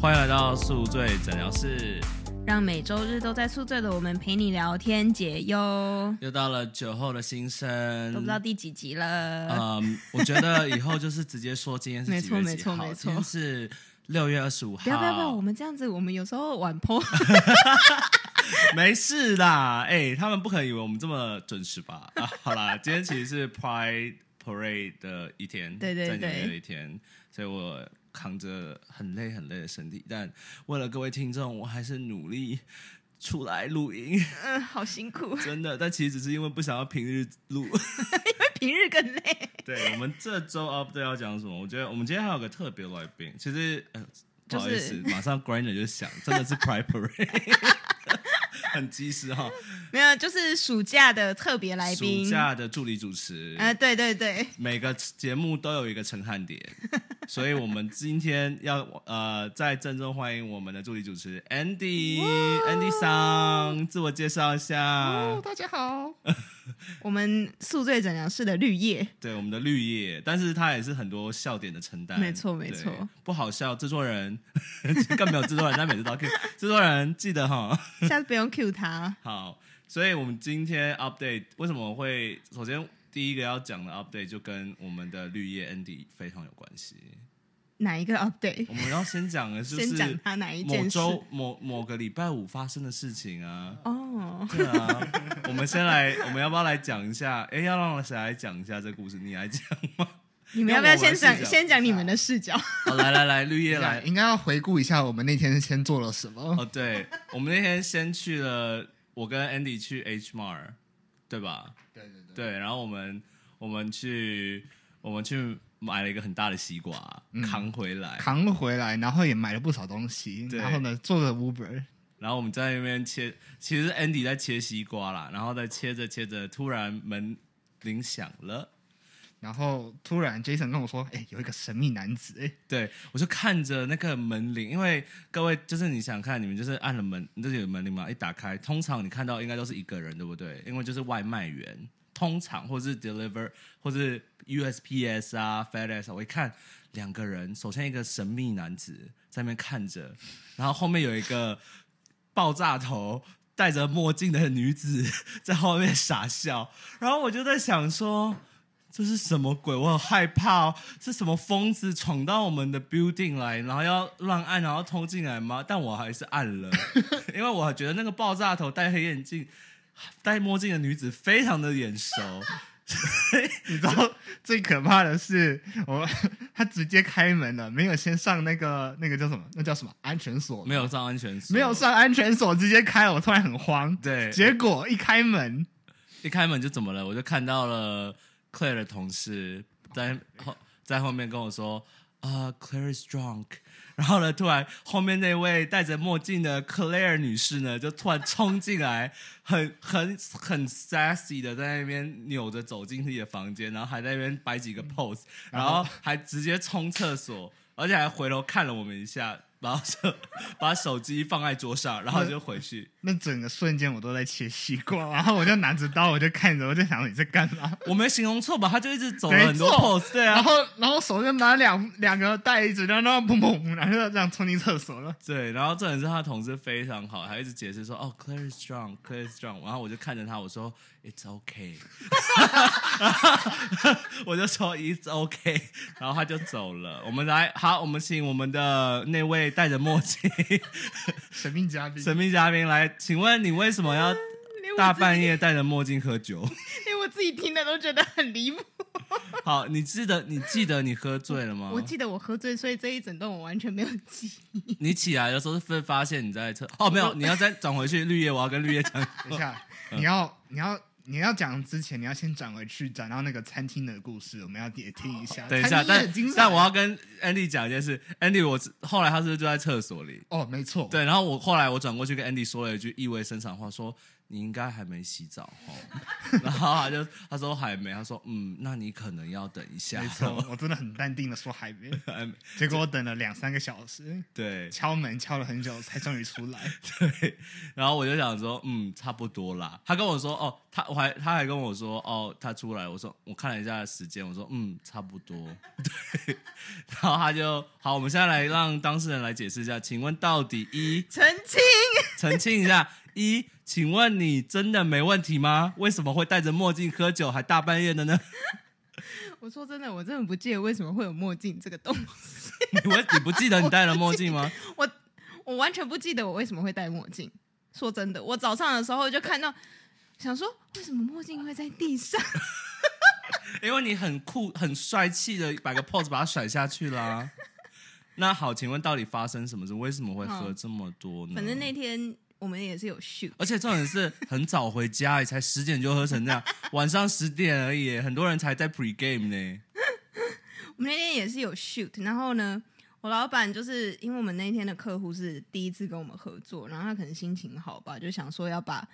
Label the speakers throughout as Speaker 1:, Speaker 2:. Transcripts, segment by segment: Speaker 1: 欢迎来到宿醉诊疗室，
Speaker 2: 让每周日都在宿醉的我们陪你聊天解忧。
Speaker 1: 又到了酒后的心声，
Speaker 2: 都不知道第几集了，
Speaker 1: 嗯，我觉得以后就是直接说今天是几月
Speaker 2: 没
Speaker 1: 几号
Speaker 2: 错没错没错
Speaker 1: 今天是六月二十五号。
Speaker 2: 不要不要不要，我们这样子，我们有时候晚 播，
Speaker 1: 没事啦，哎、他们不可能以为我们这么准时吧？ 啊，好啦，今天其实是 Pride Parade 的一天，
Speaker 2: 对对
Speaker 1: 在纽约
Speaker 2: 对
Speaker 1: 的一天，所以我扛着很累很累的身体，但为了各位听众，我还是努力出来录音，
Speaker 2: 嗯，好辛苦，
Speaker 1: 真的。但其实只是因为不想要平日录。
Speaker 2: 平日更累。
Speaker 1: 对我们这周 update 要讲什么？我觉得我们今天还有个特别来宾，其实、呃、不好意思，马上 Grinder 就想，真的是 Pride Parade，很及时哈、
Speaker 2: 没有，就是暑假的特别来宾
Speaker 1: 暑，假的助理主持，
Speaker 2: 呃，对对对，
Speaker 1: 每个节目都有一个陈汉 典，所以我们今天要呃再郑重欢迎我们的助理主持 Andy，Andy 桑，自我介绍一下
Speaker 2: 哦，。大家 好，我们宿醉诊疗室的绿叶，
Speaker 1: 对我们的绿叶，但是他也是很多笑点的承担。
Speaker 2: 没错没
Speaker 1: 对
Speaker 2: 错，
Speaker 1: 不好笑，制作人 更没有制作人，他每次都要 Q 制作人，记得哈。
Speaker 2: 下次不用 cue 他，
Speaker 1: 好，所以我们今天 update 为什么会首先第一个要讲的 update 就跟我们的绿叶 Andy 非常有关系。
Speaker 2: 哪一个 update？
Speaker 1: 我们要先讲的就
Speaker 2: 先讲
Speaker 1: 是
Speaker 2: 他哪一
Speaker 1: 某
Speaker 2: 件事？
Speaker 1: 周某某个礼拜五发生的事情啊。
Speaker 2: 哦，
Speaker 1: 对啊， 我们先来，我们要不要来讲一下？哎，要让谁来讲一下这故事？你来讲吗？
Speaker 2: 你们要不要
Speaker 1: 因为我
Speaker 2: 先
Speaker 1: 们
Speaker 2: 讲
Speaker 1: 视角
Speaker 2: 先讲你们的视角？
Speaker 1: 好，来来来，绿叶来
Speaker 3: 来，，应该要回顾一下我们那天先做了什么。
Speaker 1: 哦，对，我们那天先去了，我跟 Andy 去 H Mar，对吧？
Speaker 3: 对对
Speaker 1: 对，然后我们我们去我们去买了一个很大的西瓜，扛回来，
Speaker 3: 扛回来，然后也买了不少东西，
Speaker 1: 对
Speaker 3: 然后呢，做了 Uber，
Speaker 1: 然后我们在那边切，其实 Andy 在切西瓜啦，然后在切着切着，突然门铃响了。
Speaker 3: 然后突然 Jason 跟我说：“哎、有一个神秘男子，哎、
Speaker 1: 对，我就看着那个门铃，因为各位就是你想看，你们就是按了门，就是有门铃嘛，一打开，通常你看到应该都是一个人，对不对？因为就是外卖员，通常或是 deliver 或是 USPS 啊、FedEx，啊我一看两个人，首先一个神秘男子在那边看着，然后后面有一个爆炸头。戴着墨镜的女子 在后面傻笑，然后我就在想说，这是什么鬼？我好害怕、哦，是什么疯子闯到我们的 building 来，然后要乱按，然后偷进来吗？但我还是按了，因为我觉得那个爆炸头戴黑眼镜、戴墨镜的女子非常的眼熟。
Speaker 3: 你知道最可怕的是，我他直接开门了，没有先上那个那个叫什么？那叫什么安全锁？
Speaker 1: 没有上安全锁，
Speaker 3: 没有上安全锁，直接开了，我突然很慌。
Speaker 1: 对
Speaker 3: 结果一开门，
Speaker 1: 一开门就怎么了？我就看到了 Claire 的同事在后在后面跟我说啊、c l a i r e is drunk。然后呢，突然后面那位戴着墨镜的 Claire 女士呢，就突然冲进来，很很很 sassy 的在那边扭着走进自己的房间，然后还在那边摆几个 pose，然后还直接冲厕所，而且还回头看了我们一下，然后就把手机放在桌上，然后就回去。
Speaker 3: 那整个瞬间我都在切西瓜，然后我就拿着刀，我就看着，我就想说你在干嘛？
Speaker 1: 我没形容错吧？他就一直走了很多
Speaker 3: 没错
Speaker 1: pose，对啊
Speaker 3: 然，后然后手就拿两两个袋子，然后然后砰砰，然后就这样冲进厕所了。
Speaker 1: 对，然后重点是他的同事非常好，还一直解释说：“哦，Claire is strong，Claire is strong。”然后我就看着他，我说：“It's okay。” 我就说：“It's okay。”然 后他就走了。我们来，好，我们请我们的那位戴着墨镜
Speaker 3: 神秘嘉宾，
Speaker 1: 神秘嘉宾来，请问你为什么要
Speaker 2: 连
Speaker 1: 大
Speaker 2: 我自
Speaker 1: 半夜戴着墨镜喝酒？
Speaker 2: 己 连我自己听的都觉得很离谱。
Speaker 1: 好，你记得你记得你喝醉了吗？
Speaker 2: 我记得我喝醉，所以这一整段我完全没有记。
Speaker 1: 你起来的时候是发现你在厕哦，没有，你要再转回去绿叶，我要跟绿叶讲。
Speaker 3: 等一下，
Speaker 1: 嗯
Speaker 3: 你要你要你要讲之前，你要先转回去讲到那个餐厅的故事，我们要也听一下。
Speaker 1: 等一下，
Speaker 3: 啊餐厅也
Speaker 1: 但
Speaker 3: 很精彩
Speaker 1: 但我要跟 Andy 讲一件事，Andy 我后来他是不是就在厕所里？
Speaker 3: 哦，没错，
Speaker 1: 对，然后我后来我转过去跟 Andy 说了一句意味深长的话，说你应该还没洗澡哦。 然后他就他说还没，他说嗯，那你可能要等一下。
Speaker 3: 没错，，我真的很淡定的说还 没，
Speaker 1: 还没
Speaker 3: 结果我等了两三个小时，
Speaker 1: 对
Speaker 3: 敲门敲了很久才终于出来。
Speaker 1: 对。然后我就想说，嗯，差不多啦。他跟我说，哦，他我还他还跟我说，哦，他出来。我说我看了一下时间，我说嗯，差不多。 对。然后他就好，我们现在来让当事人来解释一下，请问到底一
Speaker 2: 澄清，
Speaker 1: 澄清一下：一，请问你真的没问题吗？为什么会戴着墨镜喝酒还大半夜的呢？
Speaker 2: 我说真的，我真的不记得为什么会有墨镜这个东西，
Speaker 1: 你问你不记得你戴了墨镜吗？
Speaker 2: 我我完全不记得我为什么会戴墨镜。说真的，我早上的时候就看到，想说为什么墨镜会在地上？
Speaker 1: 因为你很酷、很帅气的摆个 pose 把它甩下去啦。那好，请问到底发生什么事？为什么会喝这么多呢？
Speaker 2: 反正那天我们也是有续，
Speaker 1: 而且重点是很早回家，才十点就喝 成这样，晚上十点而已，很多人才在 pre game 呢。
Speaker 2: 我们那天也是有 shoot，然后呢，我老板就是因为我们那天的客户是第一次跟我们合作，然后他可能心情好吧，就想说要把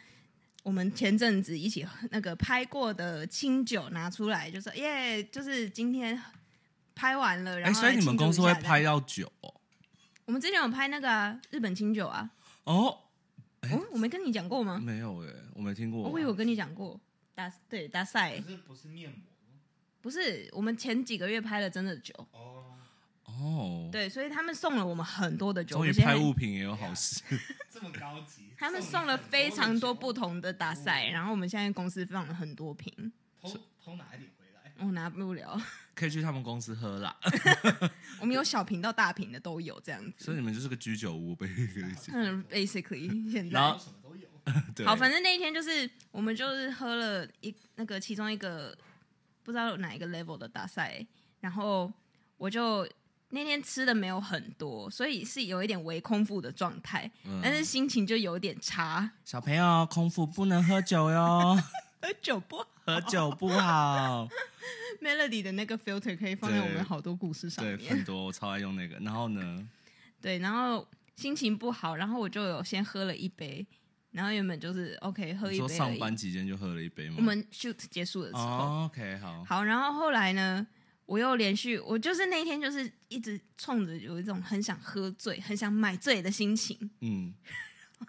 Speaker 2: 我们前阵子一起那个拍过的清酒拿出来，就说耶，就是今天拍完了，然
Speaker 1: 哎，
Speaker 2: 后、
Speaker 1: 所以你们公司会拍？到酒哦？
Speaker 2: 我们之前有拍那个啊、日本清酒啊，
Speaker 1: 哦，
Speaker 2: 哦，我没跟你讲过吗？
Speaker 1: 没有哎，我没听过。
Speaker 2: 哦我有跟你讲过，大对大赛
Speaker 3: 是不是面膜
Speaker 2: 不是我们前几个月拍了真的酒，
Speaker 3: 哦，
Speaker 1: 哦，
Speaker 2: 对，所以他们送了我们很多的酒，
Speaker 1: 终
Speaker 2: 我
Speaker 1: 于
Speaker 2: 们现在
Speaker 1: 拍
Speaker 2: 很
Speaker 1: 物品也有好事。
Speaker 3: 这么高级。
Speaker 2: 他们送了非常多不
Speaker 3: 同，
Speaker 2: 同的打赛，然后我们现在公司放了很多瓶，
Speaker 3: 偷偷拿一点回来。
Speaker 1: 嗯
Speaker 2: 我拿不了。
Speaker 1: 可以去他们公司喝啦。
Speaker 2: 我们有小瓶到大瓶的都有这样
Speaker 1: 所以
Speaker 2: 子，
Speaker 1: 你们就是个居酒 屋呗。
Speaker 2: 嗯，basically 现
Speaker 1: 然
Speaker 2: 在
Speaker 1: 后
Speaker 3: 什么都有，
Speaker 1: 对，
Speaker 2: 好，反正那一天就是我们就是喝了一那个其中一个不知道哪一个 level 的打赛，然后我就那天吃的没有很多，所以是有一点微空腹的状态，
Speaker 1: 嗯
Speaker 2: 但是心情就有点差，
Speaker 1: 小朋友空腹不能喝酒哟，
Speaker 2: 喝酒不好
Speaker 1: 喝酒不 好。
Speaker 2: Melody 的那个 filter 可以放在我
Speaker 1: 对
Speaker 2: 们好多故事上
Speaker 1: 对，
Speaker 2: 面。
Speaker 1: 很多我超爱用那个。然后呢，
Speaker 2: 对，然后心情不好，然后我就有先喝了一杯，然后原本就是 OK 喝
Speaker 1: 你
Speaker 2: 一杯
Speaker 1: 说
Speaker 2: 而已。
Speaker 1: 上班期间就喝了一杯吗？
Speaker 2: 我们 shoot 结束的时候，
Speaker 1: 哦，OK，好，
Speaker 2: 好，然后后来呢，我又连续，我就是那一天就是一直冲着有一种很想喝醉、很想买醉的心情，
Speaker 1: 嗯，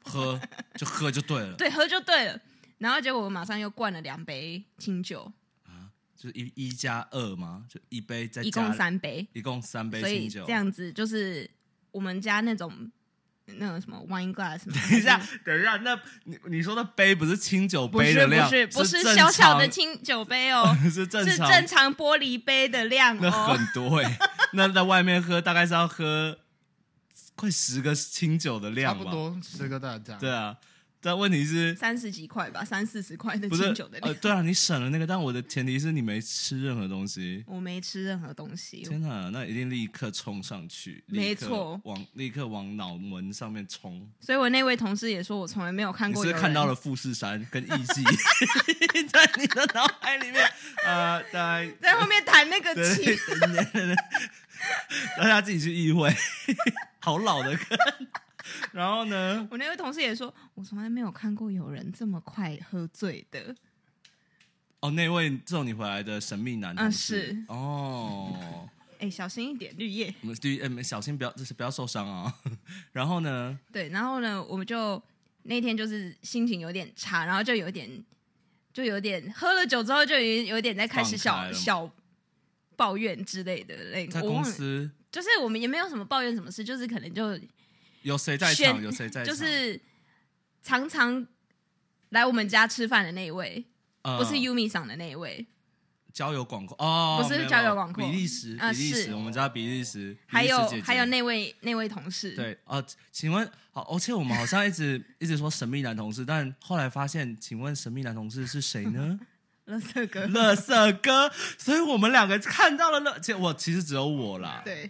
Speaker 1: 喝 就喝就对了，
Speaker 2: 对，喝就对了。然后结果我马上又灌了两杯清酒，
Speaker 1: 啊就是一一加二嘛，就一杯再加
Speaker 2: 一共，三杯，
Speaker 1: 一共三杯
Speaker 2: 所以
Speaker 1: 清酒。
Speaker 2: 这，样子就是我们家那种那种什么 wine glass 嘛。
Speaker 1: 等一下，等一下，那你你说的杯不是清酒
Speaker 2: 不
Speaker 1: 杯
Speaker 2: 是
Speaker 1: 的
Speaker 2: 不
Speaker 1: 量，
Speaker 2: 是不是
Speaker 1: 正
Speaker 2: 小小的
Speaker 1: 常，
Speaker 2: 清酒杯哦，
Speaker 1: 是正
Speaker 2: 是正常玻璃杯的量
Speaker 1: 那
Speaker 2: 哦。
Speaker 1: 很多哎、那在外面喝大概是要喝快十个清酒的
Speaker 3: 差
Speaker 1: 量
Speaker 3: 不
Speaker 1: 吧？
Speaker 3: 多十个大家。
Speaker 1: 对啊，但问题是
Speaker 2: 三十几块吧，三四十块的
Speaker 1: 不是
Speaker 2: 清酒的
Speaker 1: 呃？
Speaker 2: 量，
Speaker 1: 对啊，你省了那个，但我的前提是你没吃任何东西。
Speaker 2: 我没吃任何东西，
Speaker 1: 天哪，那一定立刻冲上去，立
Speaker 2: 没
Speaker 1: 刻
Speaker 2: 错
Speaker 1: 往立刻往脑门上面冲。
Speaker 2: 所以我那位同事也说我从来没有看
Speaker 1: 你
Speaker 2: 过
Speaker 1: 是
Speaker 2: 有
Speaker 1: 不是
Speaker 2: 人。
Speaker 1: 看到了富士山跟艺妓 在你的脑海里面，呃，大概
Speaker 2: 在后面弹 那个
Speaker 1: 对
Speaker 2: 琴，
Speaker 1: 对对， 大家自己去意会， 好老的歌。然后呢，
Speaker 2: 我那位同事也说， 我从来没有看过有人这么快喝醉的。
Speaker 1: 哦，那位送你回来的神秘男同
Speaker 2: 嗯
Speaker 1: 事，
Speaker 2: 是
Speaker 1: 哦，
Speaker 2: 哎、小心一点，绿叶。
Speaker 1: 我们注意，呃小心不要，就是不要受伤啊、然后呢，
Speaker 2: 对，然后呢，我们就那天就是心情有点差，然后就有点，就有点喝了酒之后就有有点在开始
Speaker 1: 放开
Speaker 2: 小
Speaker 1: 了
Speaker 2: 小抱怨之类的类。
Speaker 1: 在
Speaker 2: 我
Speaker 1: 公
Speaker 2: 忘了，
Speaker 1: 司
Speaker 2: 就是我们也没有什么抱怨什么事，就是可能就
Speaker 1: 有谁在场？
Speaker 2: 宣
Speaker 1: 有谁在场？
Speaker 2: 就是常常来我们家吃饭的那一位，
Speaker 1: 呃
Speaker 2: 不是 Yumi 上的那一位，
Speaker 1: 交友广阔哦，
Speaker 2: 不是
Speaker 1: 没有
Speaker 2: 交友广阔
Speaker 1: 比利时，比
Speaker 2: 啊
Speaker 1: 利时，
Speaker 2: 是
Speaker 1: 我们叫比利时，
Speaker 2: 还有
Speaker 1: 比利时姐姐
Speaker 2: 还有那位那位同事，
Speaker 1: 对啊、呃请问好，而且我们好像一直一直说神秘男同事，但后来发现，请问神秘男同事是谁 呢？
Speaker 2: 乐色哥，
Speaker 1: 乐色哥，所以我们两个看到了乐，其实我其实只有我啦。
Speaker 2: 对，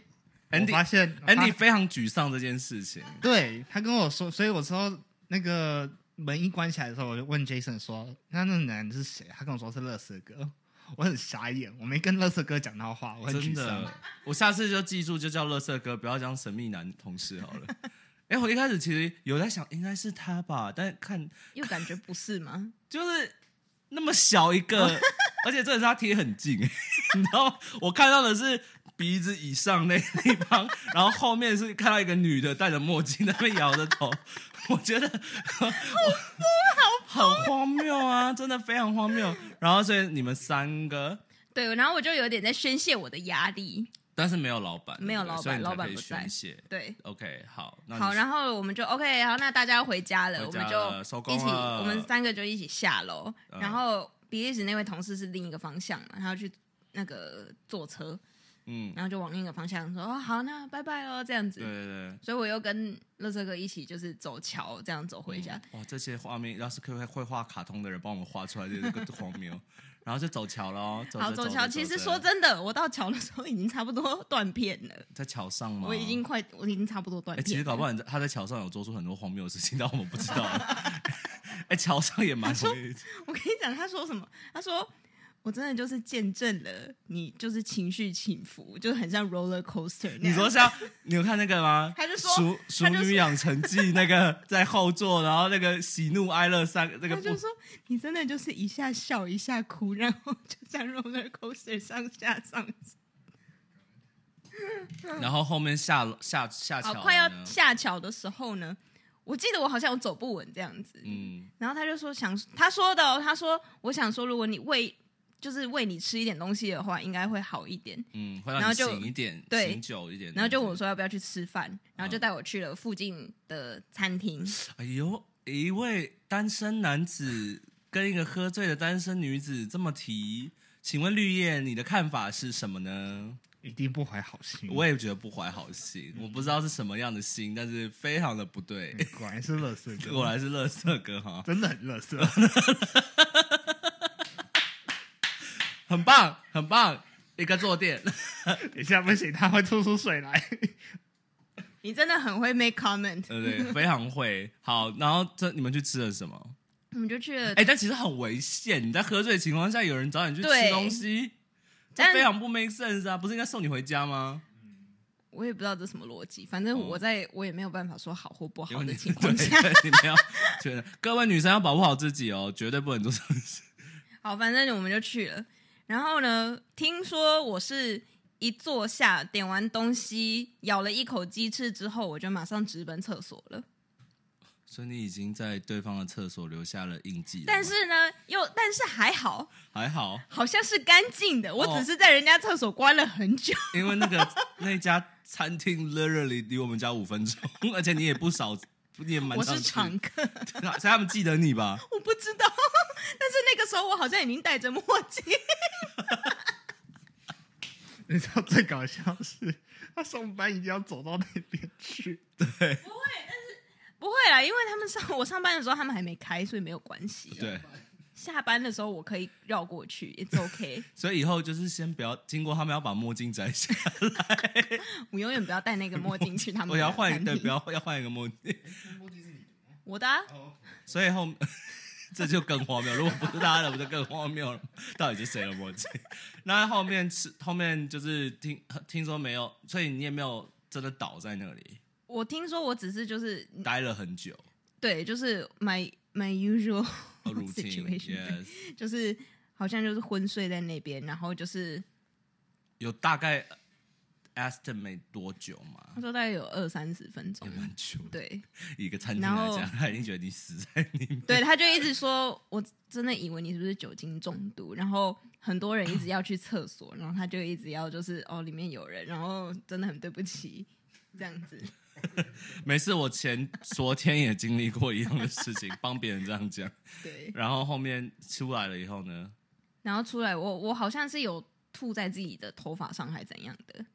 Speaker 3: 我发
Speaker 1: Andy
Speaker 3: 现
Speaker 1: Andy
Speaker 3: 发
Speaker 1: 非常沮丧这件事情，
Speaker 3: 对他跟我说，所以我说那个门一关起来的时候，我就问 Jason 说：“那那男的是谁？”他跟我说是乐色哥，我很傻眼，我没跟乐色哥讲到话，我很
Speaker 1: 真
Speaker 3: 沮
Speaker 1: 的
Speaker 3: 丧。，
Speaker 1: 我下次就记住就叫乐色哥，不要叫神秘男同事好了。哎、我一开始其实有在想，应该是他吧，但看
Speaker 2: 又感觉不是吗？
Speaker 1: 就是那么小一个，而且这是他贴很近， 你知道吗，我看到的是鼻子以上那个地 方，然后后面是看到一个女的戴着墨镜在那边摇着头， 我觉得
Speaker 2: 啊
Speaker 1: 我很荒谬啊，真的非常荒谬。然后所以你们三个，
Speaker 2: 对，然后我就有点在宣泄我的压力。
Speaker 1: 但是没有老板，
Speaker 2: 没有
Speaker 1: 对不对所以
Speaker 2: 老板
Speaker 1: 你才
Speaker 2: 老板
Speaker 1: 可以
Speaker 2: 不在
Speaker 1: 宣泄。
Speaker 2: 对，
Speaker 1: OK，好，那
Speaker 2: 好，
Speaker 1: 后
Speaker 2: 然后我们就 OK，好，那大家回家了，
Speaker 1: 回家
Speaker 2: 我
Speaker 1: 了
Speaker 2: 们
Speaker 1: 收
Speaker 2: 就
Speaker 1: 工
Speaker 2: 一起，
Speaker 1: 了
Speaker 2: 我们三个就一起下楼，
Speaker 1: 嗯
Speaker 2: 然后比利时那位同事是另一个方向嘛，他要去那个坐车，
Speaker 1: 嗯，
Speaker 2: 然后就往另一个方向说，哦，好，那拜拜哦，这样
Speaker 1: 对
Speaker 2: 子。
Speaker 1: 对对。
Speaker 2: 所以我又跟乐色哥一起就是走桥这样走回家，
Speaker 1: 哇，哦这些画面要是会会画卡通的人帮我们画出来，这个荒 谬。然后就走桥喽，走着
Speaker 2: 好
Speaker 1: 走
Speaker 2: 走
Speaker 1: 着
Speaker 2: 桥。其实说
Speaker 1: 着
Speaker 2: 真的，我到桥的时候已经差不多断片了，
Speaker 1: 在桥上嘛，
Speaker 2: 我已经快，我已经差不多断
Speaker 1: 哎、其
Speaker 2: 片了。
Speaker 1: 实搞不好你在他在桥上有做出很多荒谬的事情，但我们不知 道。哎，桥上也蛮容易，
Speaker 2: 我跟你讲，他说什么？他说我真的就是见证了你就是情绪起伏，就很像 roller coaster 那
Speaker 1: 你
Speaker 2: 样。
Speaker 1: 说像你有看那个吗？
Speaker 2: 他就说
Speaker 1: 熟熟
Speaker 2: 他就
Speaker 1: 女
Speaker 2: 说
Speaker 1: 养成记》那 个在后座，然后那个喜怒哀乐三那个
Speaker 2: 他
Speaker 1: 不
Speaker 2: 就说你真的就是一下笑一下哭，然后就像 roller coaster 上下上下。
Speaker 1: 然后后面下下下桥
Speaker 2: 好，
Speaker 1: 了
Speaker 2: 快要
Speaker 1: 呢
Speaker 2: 下桥的时候呢，我记得我好像有走不稳这样子。
Speaker 1: 嗯
Speaker 2: 然后他就说想他说的、哦，他说我想说，如果你喂就是喂你吃一点东西的话，应该会好一点。
Speaker 1: 嗯，会让你
Speaker 2: 然后就
Speaker 1: 醒一点，
Speaker 2: 对
Speaker 1: 醒久一点。
Speaker 2: 然后就
Speaker 1: 对
Speaker 2: 问
Speaker 1: 不
Speaker 2: 我
Speaker 1: 对，
Speaker 2: 说要不要去吃饭，然后就
Speaker 1: 嗯
Speaker 2: 带我去了附近的餐厅。
Speaker 1: 哎呦，一位单身男子跟一个喝醉的单身女子这么提，请问绿叶，你的看法是什么呢？
Speaker 3: 一定不怀好心。
Speaker 1: 我也觉得不怀好心，我不知道是什么样的心，但是非常的不对。
Speaker 3: 果然是乐色哥，
Speaker 1: 果然是乐色哥哈，
Speaker 3: 真的很乐色。
Speaker 1: 很棒，很棒，一个坐垫。
Speaker 3: 等一下不行，他会吐出水来。
Speaker 2: 你真的很会 make comment。
Speaker 1: 对不对？非常会。好，然后这你们去吃了什么？
Speaker 2: 我们就去了
Speaker 1: 哎、，但其实很危险，你在喝醉的情况下，有人找你去吃
Speaker 2: 对
Speaker 1: 东西，这
Speaker 2: 但
Speaker 1: 非常不 make sense 啊！不是应该送你回家吗？
Speaker 2: 我也不知道这什么逻辑，反正我在我也没有办法说好或不
Speaker 1: 哦因
Speaker 2: 好
Speaker 1: 为
Speaker 2: 的
Speaker 1: 你
Speaker 2: 情况
Speaker 1: 对
Speaker 2: 下，
Speaker 1: 对你们要 觉得各位女生要保护好自己哦，绝对不能做这种事。
Speaker 2: 好，反正我们就去了。然后呢，听说我是一坐下点完东西，咬了一口鸡翅之后，我就马上直奔厕所了。
Speaker 1: 所以你已经在对方的厕所留下了印记了吗，
Speaker 2: 但是呢，又但是还好，
Speaker 1: 还好，
Speaker 2: 好像是干净的，
Speaker 1: 哦
Speaker 2: 我只是在人家厕所关了很久。
Speaker 1: 因为那 个那家餐厅 literally 离我们家五分钟，而且你也不少，你也蛮
Speaker 2: 我
Speaker 1: 常
Speaker 2: 是
Speaker 1: 去
Speaker 2: 常客，
Speaker 1: 对啊所以他们记得你 吧？
Speaker 2: 我不知道。但是那个时候我好像已经戴着墨镜，
Speaker 3: 你知道最搞笑的是，他上班一定要走到那边去。
Speaker 2: 不会啦，因为他们上我上班的时候他们还没开，所以没有关系。啊
Speaker 1: 对，。
Speaker 2: 下班的时候我可以绕过去，it's OK
Speaker 1: 所以以后就是先不要经过他们要把墨镜摘下，
Speaker 2: 我永远不要戴那个墨镜去他们。
Speaker 1: 我要换一对，不。要要换一个墨镜，
Speaker 2: 我的、啊，
Speaker 1: 所以后 这就更荒谬。如果不是他的，不就更荒谬了吗？到底是谁的墨镜？那后面是后面就是听听说没有，所以你也没有真的倒在那里，
Speaker 2: 我听说我只是就是
Speaker 1: 待了很久。
Speaker 2: 对，就是 my my usual
Speaker 1: 哦 routine
Speaker 2: situation，
Speaker 1: yes
Speaker 2: 就是好像就是昏睡在那边，然后就是
Speaker 1: 有大概 estimate 多久吗
Speaker 2: 他？说大概有二三十分钟
Speaker 1: 也。蛮久的。
Speaker 2: 对
Speaker 1: 以一个餐厅
Speaker 2: 然
Speaker 1: 来
Speaker 2: 后
Speaker 1: 讲，他已经觉得你死在里面。
Speaker 2: 对，他就一直说，我真的以为你是不是酒精中毒，然后很多人一直要去厕所，然后他就一直要就是哦里面有人，然后真的很对不起这样子。
Speaker 1: 没事，我前昨天也经历过一样的事情，帮别人这样讲。
Speaker 2: 对，
Speaker 1: 然后后面出来了以后呢，
Speaker 2: 然后出来我我好像是有吐在自己的头发上还怎样的，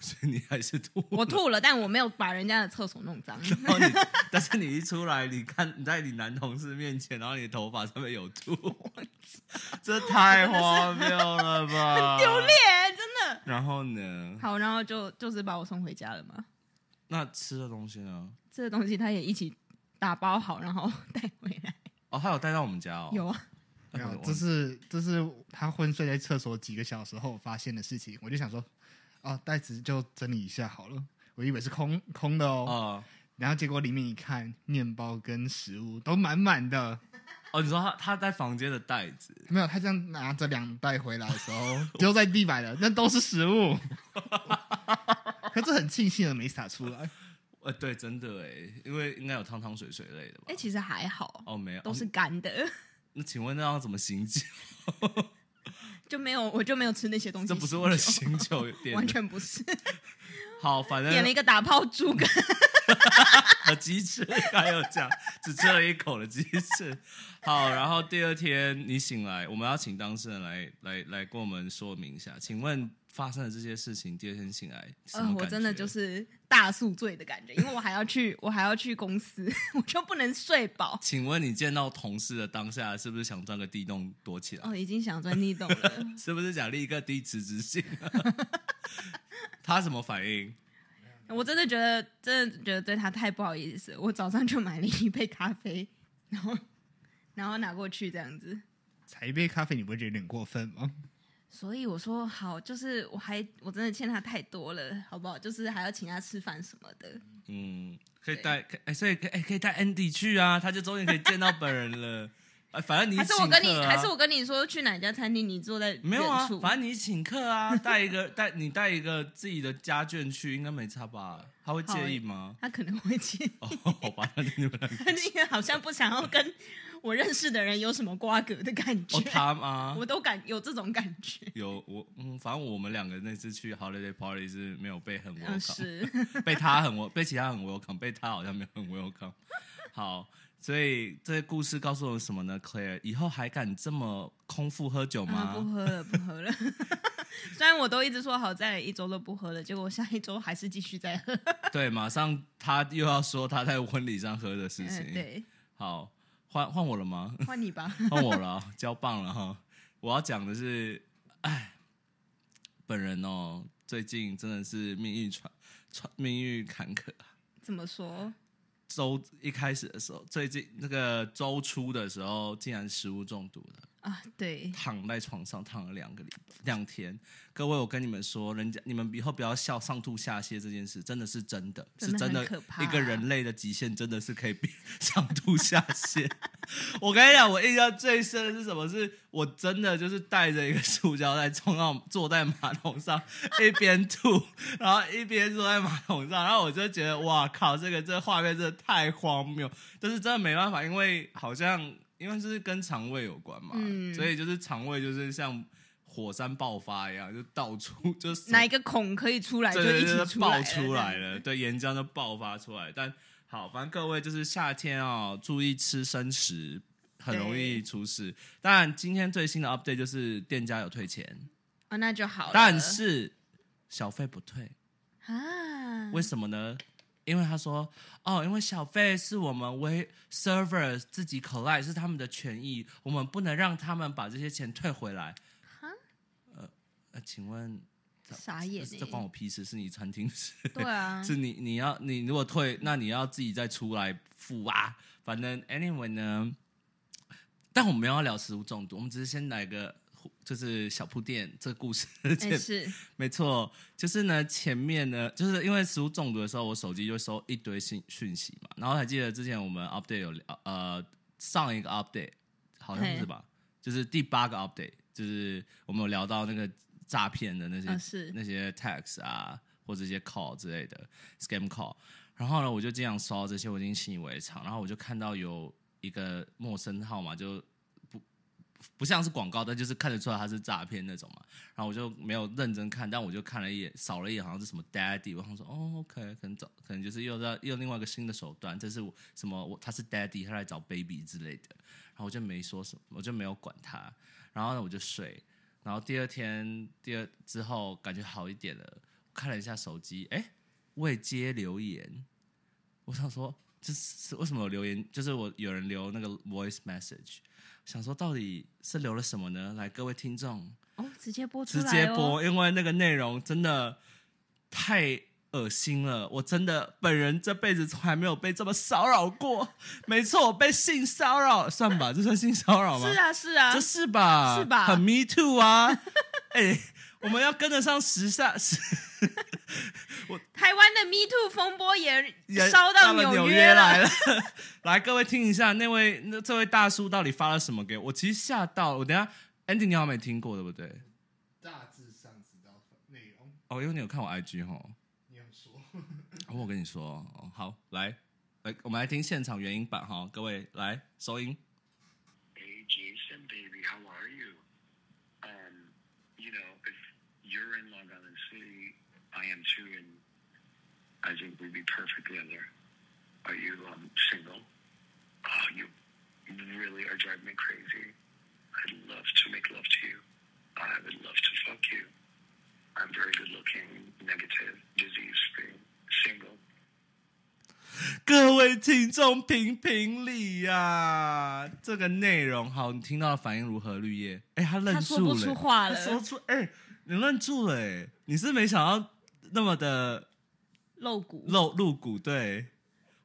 Speaker 1: 所以你还是吐了。
Speaker 2: 我吐了，但我没有把人家的厕所弄脏。
Speaker 1: 然哦后你，但是你一出来，你看你在你男同事面前，然后你的头发上面有 吐，这太荒谬了吧！
Speaker 2: 丢脸，真的。
Speaker 1: 然后呢？
Speaker 2: 哦好，然后就就是把我送回家了嘛。
Speaker 1: 那吃的东西呢？
Speaker 2: 这个东西他也一起打包好，然后带回来。
Speaker 1: 哦，他有带到我们家哦。
Speaker 2: 有啊，
Speaker 1: 哎，
Speaker 3: 没 有
Speaker 1: 我，
Speaker 3: 这是这是他昏睡在厕所几个小时后发现的事情。我就想说，哦，袋子就整理一下好了。我以为是空空的哦，
Speaker 1: 哦，
Speaker 3: 然后结果里面一看，面包跟食物都满满的。
Speaker 1: 哦，你说他他在房间的袋子，
Speaker 3: 没有，他这样拿着两袋回来的时候，丢在地板了，那都是食物。可是很庆幸的没洒出来。
Speaker 1: 呃，对，真的哎，因为应该有汤汤水水类的吧？
Speaker 2: 哎、其实还好，
Speaker 1: 哦，没有，
Speaker 2: 都是
Speaker 1: 哦
Speaker 2: 干的，
Speaker 1: 那请问那要怎么醒 酒？
Speaker 2: 就没有，我就没有吃那些东西。
Speaker 1: 这不是为了醒酒点
Speaker 2: 完
Speaker 1: 的，
Speaker 2: 全不 是，
Speaker 1: 好，反正
Speaker 2: 点了一个打泡猪跟
Speaker 1: 和鸡翅，还有讲只吃了一口的鸡翅。好，然后第二天你醒来，我们要请当事人来来来跟我们说明一下，请问发生了这些事情，第二天醒来嗯什么
Speaker 2: 呃，
Speaker 1: 感觉？
Speaker 2: 我真的就是大宿醉的感觉，因为我还要去，我还要去公司， 我就不能睡饱。
Speaker 1: 请问你见到同事的当下，是不是想钻个地洞躲起来？
Speaker 2: 哦，已经想钻地洞了。
Speaker 1: 是不是想立刻低辞职信？啊 他什么反应？
Speaker 2: 我真的觉得，真的觉得对他太不好意思。我早上就买了一杯咖啡，然后然后拿过去这样子。
Speaker 3: 才一杯咖啡，你不会觉得有点过分吗？
Speaker 2: 所以我说好，就是我还我真的欠他太多了，好不好？就是还要请他吃饭什么的。
Speaker 1: 嗯，可以带，可以哎、所以可以、哎可以带 Andy 去啊，他就终于可以见到本人了。 哎，反正你、
Speaker 2: 还
Speaker 1: 请
Speaker 2: 是我跟你，
Speaker 1: 客啊
Speaker 2: 还是我跟你说去哪家餐厅，你坐在
Speaker 1: 没有啊
Speaker 2: 远，处
Speaker 1: 反正你请客啊，带一个 带你带一个自己的家眷去，应该没差吧？他会介意吗？
Speaker 2: 他可能会接，
Speaker 1: 哦，好吧，那你们俩
Speaker 2: 因为好像不想要跟我认识的人有什么瓜葛的感 觉。
Speaker 1: 哦他吗？
Speaker 2: 我都感有这种感觉。
Speaker 1: 有我嗯，反正我们两个那次去 holiday party 是没有被很 welcome，、
Speaker 2: 嗯，是
Speaker 1: 被他很 wel- 被其他很 welcome，被他好像没有很 welcome。好，所以这个故事告诉我们什么呢？Claire，以后还敢这么空腹喝酒
Speaker 2: 啊，
Speaker 1: 吗？
Speaker 2: 不喝了，不喝了。 虽然我都一直说好在一周都不喝了，结果我下一周还是继续在喝。
Speaker 1: 对，马上他又要说他在婚礼上喝的事情。
Speaker 2: 嗯，，对，
Speaker 1: 好，换换我了吗？
Speaker 2: 换你吧。
Speaker 1: 换我了哦，交棒了哈。我要讲的是，哎，本人哦，最近真的是命运传传命运坎坷。
Speaker 2: 怎么说？
Speaker 1: 周一开始的时候，最近那个周初的时候，竟然食物中毒了。
Speaker 2: 啊，对，
Speaker 1: 躺在床上躺了两个礼两天。各位，我跟你们说，人家你们以后不要笑上吐下泻这件事，真的是真的，
Speaker 2: 真的
Speaker 1: 是真的
Speaker 2: 很可怕
Speaker 1: 一个人类的极限真的是可以比上吐下泻。我跟你讲，我印象最深的是什么？是我真的就是带着一个塑胶袋冲到坐在马桶上，一边吐， 然后一边坐在马桶上，然后我就觉得哇靠，这个这个画面真的太荒谬，但是真的没办法，因为好像因为就是跟肠胃有关嘛，
Speaker 2: 嗯
Speaker 1: 所以就是肠胃就是像火山爆发一样，就到处就是
Speaker 2: 哪一个孔可以出来就
Speaker 1: 对对
Speaker 2: 一
Speaker 1: 对
Speaker 2: 起
Speaker 1: 就爆出
Speaker 2: 出来
Speaker 1: 来
Speaker 2: 了。
Speaker 1: 了，对，岩浆都爆发出来。但好，反正各位就是夏天哦，注意吃生食，很容易
Speaker 2: 对
Speaker 1: 出事。当然，今天最新的 update 就是店家有退钱，
Speaker 2: 啊，那就好了。
Speaker 1: 但是小费不退，
Speaker 2: 啊，
Speaker 1: 为什么呢？因为他说哦，因为小费是我们为 server 自己 collect 是他们的权益，我们不能让他们把这些钱退回来。
Speaker 2: 哈
Speaker 1: 呃，请问
Speaker 2: 傻眼
Speaker 1: 这关我
Speaker 2: 欸？
Speaker 1: 屁事？是你餐厅的事。
Speaker 2: 对啊，
Speaker 1: 是你你要你如果退，那你要自己再出来付啊。反正 anyway 呢，但我们没有要聊食物中毒，我们只是先来个就是小铺垫这个故事。
Speaker 2: 哎是，
Speaker 1: 没错，就是呢，前面呢，就是因为食物中毒的时候，我手机就收一堆信讯息嘛。然后还记得之前我们 update 有聊呃上一个 update 好像是吧，就是第八个 update，就是我们有聊到那个诈骗的那些、
Speaker 2: 啊是
Speaker 1: 那些 text 啊，或者一些 call 之类的 scam call。然后呢，我就经常收到这些，我已经习以为常。然后我就看到有一个陌生号码，就不不像是广告，但就是看得出来它是诈骗那种嘛。然后我就没有认真看，但我就看了一眼，扫了一眼，好像是什么 daddy，我想说，哦，OK，可能找，可能就是又在又另外一个新的手段，这是我什么，我他是 daddy，他来找 baby 之类的，然后我就没说什么，我就没有管他，然后呢我就睡，然后第二天第二之后感觉好一点了，看了一下手机，哎，未接留言，我想说。这是为什么有留言？就是我有人留那个 voice message，想说到底是留了什么呢？来，各位听众，
Speaker 2: 哦，直接播出
Speaker 1: 直
Speaker 2: 来哦，
Speaker 1: 接播，因为那个内容真的太恶心了。我真的本人这辈子从来没有被这么骚扰过。没错，我被性骚扰，算吧，这算性骚扰吗？
Speaker 2: 是啊是啊
Speaker 1: 这，是吧？
Speaker 2: 是吧
Speaker 1: 很 me too 啊！哎、我们要跟得上时下时
Speaker 2: 台湾的 Me Too 风波也
Speaker 1: 也
Speaker 2: 烧到
Speaker 1: 了
Speaker 2: 纽
Speaker 1: 纽
Speaker 2: 约
Speaker 1: 来了。 来，各位听一下，那位那这位大叔到底发了什么给我？我其实吓到了。我等一下 Andy，你好像没听过对不对？
Speaker 3: 大致上知道内容，
Speaker 1: 哦，因为你有看我 IG 吼。
Speaker 3: 你要说。
Speaker 1: 哦我跟你说，哦、好，来，来，我们来听现场原音版哈，各位来收音。
Speaker 4: Hey, Jason, baby, how are you? Um, you know, if you're in Long Island City, I am too, and I think we'd be perfect together. Are you um, single? Oh, you really are driving me crazy. I'd love to make love to you. I would love to fuck you. I'm very good looking, negative, disease free, single.
Speaker 1: 各位听众评评理呀、这个内容好，你听到的反应如何？绿叶，哎，他愣
Speaker 2: 他说
Speaker 1: 住
Speaker 2: 不
Speaker 1: 了，
Speaker 2: 出话
Speaker 1: 他说
Speaker 2: 了，
Speaker 1: 出，哎，你愣住了，哎，你是没想到那么的
Speaker 2: 露骨。
Speaker 1: 露露骨，对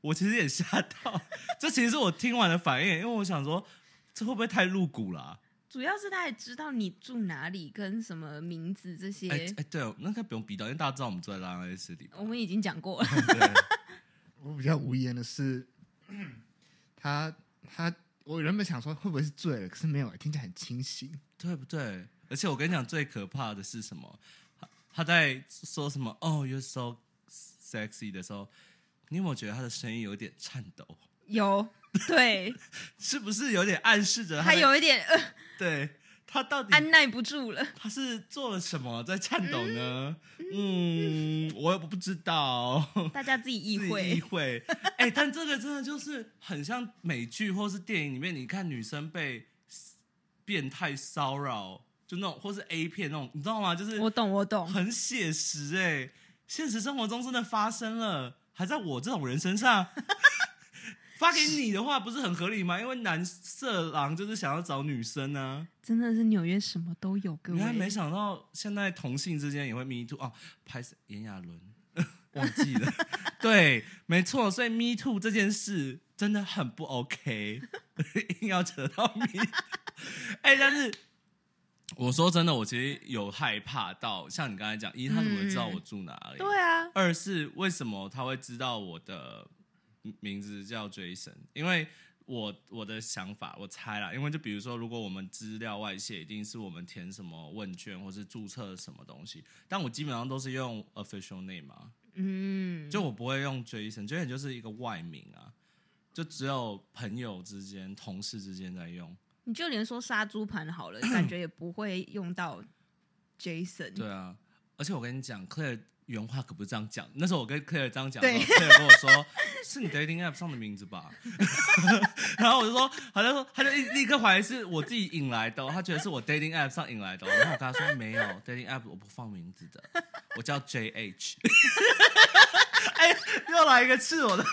Speaker 1: 我其实也吓到， 这其实是我听完的反应，因为我想说，这会不会太露骨了、
Speaker 2: 主要是他还知道你住哪里跟什么名字这些，
Speaker 1: 哎、哎，对哦，那应该不用逼到，因为大家知道我们住在拉拉 S 里吧。
Speaker 2: 我们已经讲过 了。
Speaker 1: 对
Speaker 3: 我比较无言的是，他他，我原本想说会不会是醉了，可是没有，听起来很清醒。
Speaker 1: 对不对？而且我跟你讲，最可怕的是什么？他他在说什么？哦、y o u r e so sexy 的时候，你有没有觉得他的声音有点颤抖？
Speaker 2: 有，对
Speaker 1: 是不是有点暗示着 他
Speaker 2: 他
Speaker 1: 在
Speaker 2: 有一点呃
Speaker 1: 对他到底
Speaker 2: 按耐不住了。
Speaker 1: 他是做了什么在颤抖呢？嗯，我也不知 道。
Speaker 2: 大家自己意
Speaker 1: 自己
Speaker 2: 会
Speaker 1: 意。会，哎、但这个真的就是很像美剧或是电影里面，你看女生被变态骚扰，就那种或是 A 片那种，你知道吗？就是
Speaker 2: 我懂，我懂。
Speaker 1: 很写实哎、现实生活中真的发生了，还在我这种人身 上。发给你的话不是很合理吗？因为男色狼就是想要找女生啊呢、
Speaker 2: 真的是纽约什么都有，各
Speaker 1: 原来没
Speaker 2: 位。
Speaker 1: 想到现在同性之间也会 me too 哦，拍谁炎亚纶 忘记 了，对，没错，所以 me too 这件事真的很不 OK，硬 要扯到 me，too 哎、但是我说真的，我其实有害怕到，像你刚才讲，一他怎么知
Speaker 2: 嗯
Speaker 1: 道我住哪里？
Speaker 2: 对啊，
Speaker 1: 二是为什么他会知道我的名字叫 Jason？因为我我的想法，我猜啦，因为就比如说，如果我们资料外泄，一定是我们填什么问卷或是注册什么东西，但我基本上都是用 official name 嘛，
Speaker 2: 嗯，
Speaker 1: 就我不会用 Jason，Jason 就是一个外名啊，就只有朋友之间、同事之间在用。
Speaker 2: 你就连说杀猪盘好了，感觉也不会用到 Jason。
Speaker 1: 对啊，而且我跟你讲，Claire 原话可不是这样讲。那时候我跟 Claire 这样讲的
Speaker 2: 对
Speaker 1: 时候，Claire 跟我说：“是你 dating app 上的名字吧？” 然后我就说：“好像说，他就立立刻怀疑是我自己引来的哦、他觉得是我 dating app 上引来的哦、然后我跟他说：“没有 dating app 我不放名字的，我叫 JH。”哎，又来一个刺我的，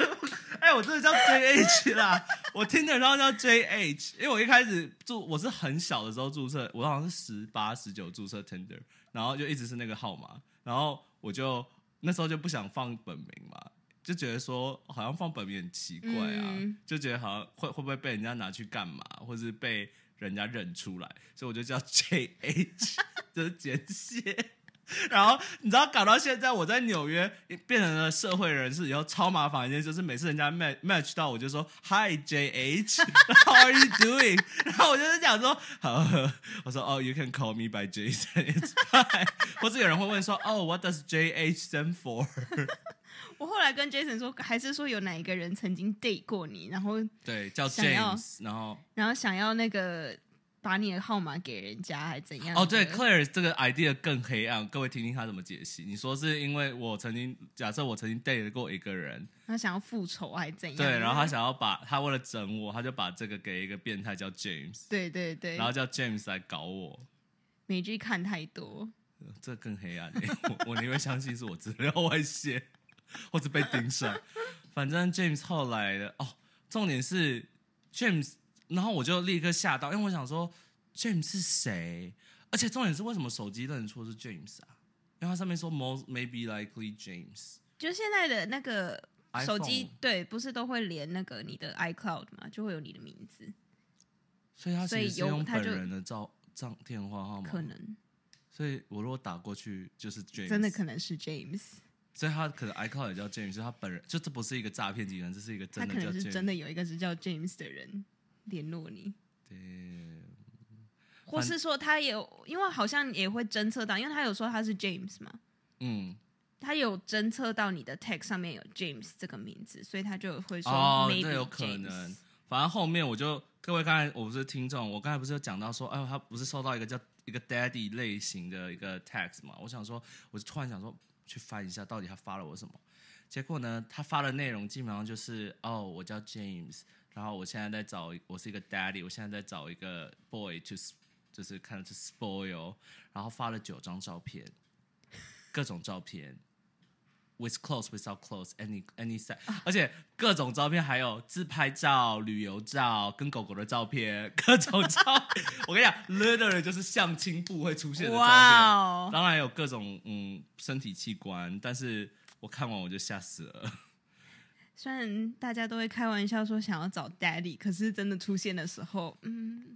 Speaker 1: 哎，我真的叫 JH 啦，我听的然后叫 JH，因为我一开始注我是很小的时候注册，我好像是十八十九注册 Tinder，然后就一直是那个号码，然后我就那时候就不想放本名嘛，就觉得说好像放本名很奇怪啊，
Speaker 2: 嗯
Speaker 1: 就觉得好像会会不会被人家拿去干嘛，或是被人家认出来，所以我就叫 JH，就是简写。 然后你知道，搞到现在，我在纽约也变成了社会人士以后，超麻烦一件事，就是每次人家 match match 到我就说 Hi J H，How are you doing？然后我就是讲说， 好，我说哦、y o u can call me by Jason，it's fine。或者有人会问说，哦、w h a t does J H stand for？
Speaker 2: 我后来跟 Jason 说，还是说有哪一个人曾经 date 过你，然后
Speaker 1: 对，叫
Speaker 2: 想要
Speaker 1: James，然后
Speaker 2: 然后想要那个把你的号码给人家，还怎样的？
Speaker 1: 哦，对，Claire 这个 idea 更黑暗，各位听听他怎么解析。你说是因为我曾经假设我曾经 date 过一个人，
Speaker 2: 他想要复仇还怎样的？
Speaker 1: 对，然后他想要把他为了整我，他就把这个给一个变态叫 James，
Speaker 2: 对对对，
Speaker 1: 然后叫 James 来搞我，
Speaker 2: 美剧看太多，
Speaker 1: 呃这更黑暗、欸。 我我宁愿相信是我资料外泄， 或者被盯上。反正 James 后来的哦，重点是 James，然后我就立刻吓到，因为我想说 James 是谁，而且重点是为什么手机认出是 James 啊？因为它上面说 most maybe likely James。
Speaker 2: 就现在的那个手
Speaker 1: iPhone
Speaker 2: 机，对，不是都会连那个你的 iCloud 嘛，就会有你的名字，
Speaker 1: 所以他
Speaker 2: 所
Speaker 1: 其
Speaker 2: 以
Speaker 1: 实是
Speaker 2: 有
Speaker 1: 用
Speaker 2: 他
Speaker 1: 本
Speaker 2: 就
Speaker 1: 哦人的照账电话号码，
Speaker 2: 可能
Speaker 1: 所以我如果打过去就是 James，
Speaker 2: 真的可能是 James，
Speaker 1: 所以他可能 icon 也叫 James，所以他本人就这不是一个诈骗集团，这是一个
Speaker 2: 他
Speaker 1: 真的
Speaker 2: 可
Speaker 1: 叫
Speaker 2: 能是
Speaker 1: James。
Speaker 2: 真的有一个是叫 James 的人联络你，
Speaker 1: 对，
Speaker 2: 或是说他也有，因为好像也会侦测到，因为他有说他是 James 嘛，
Speaker 1: 嗯，
Speaker 2: 他有侦测到你的 text 上面有 James 这个名字，所以他就会说
Speaker 1: 哦，
Speaker 2: maybe
Speaker 1: 这
Speaker 2: James。
Speaker 1: 有可能。反正后面我就各位刚才我不是听众，我刚才不是有讲到说，哎、他不是收到一个叫一个 daddy 类型的一个 text 嘛？我想说，我就突然想说去翻一下，到底他发了我什么？结果呢，他发的内容基本上就是哦，我叫 James，然后我现在在找，我是一个 daddy，我现在在找一个 boy to，s- 就是看 to spoil，然后发了九张照片，各种照片，with clothes without clothes any any size，、而且各种照片还有自拍照、旅游照、跟狗狗的照片，各种照， 我跟你讲，literally 就是相亲部会出现的照片。
Speaker 2: 哇哦，
Speaker 1: 当然有各种嗯身体器官，但是我看完我就吓死了。
Speaker 2: 虽然大家都会开玩笑说想要找 daddy，可是真的出现的时候，嗯，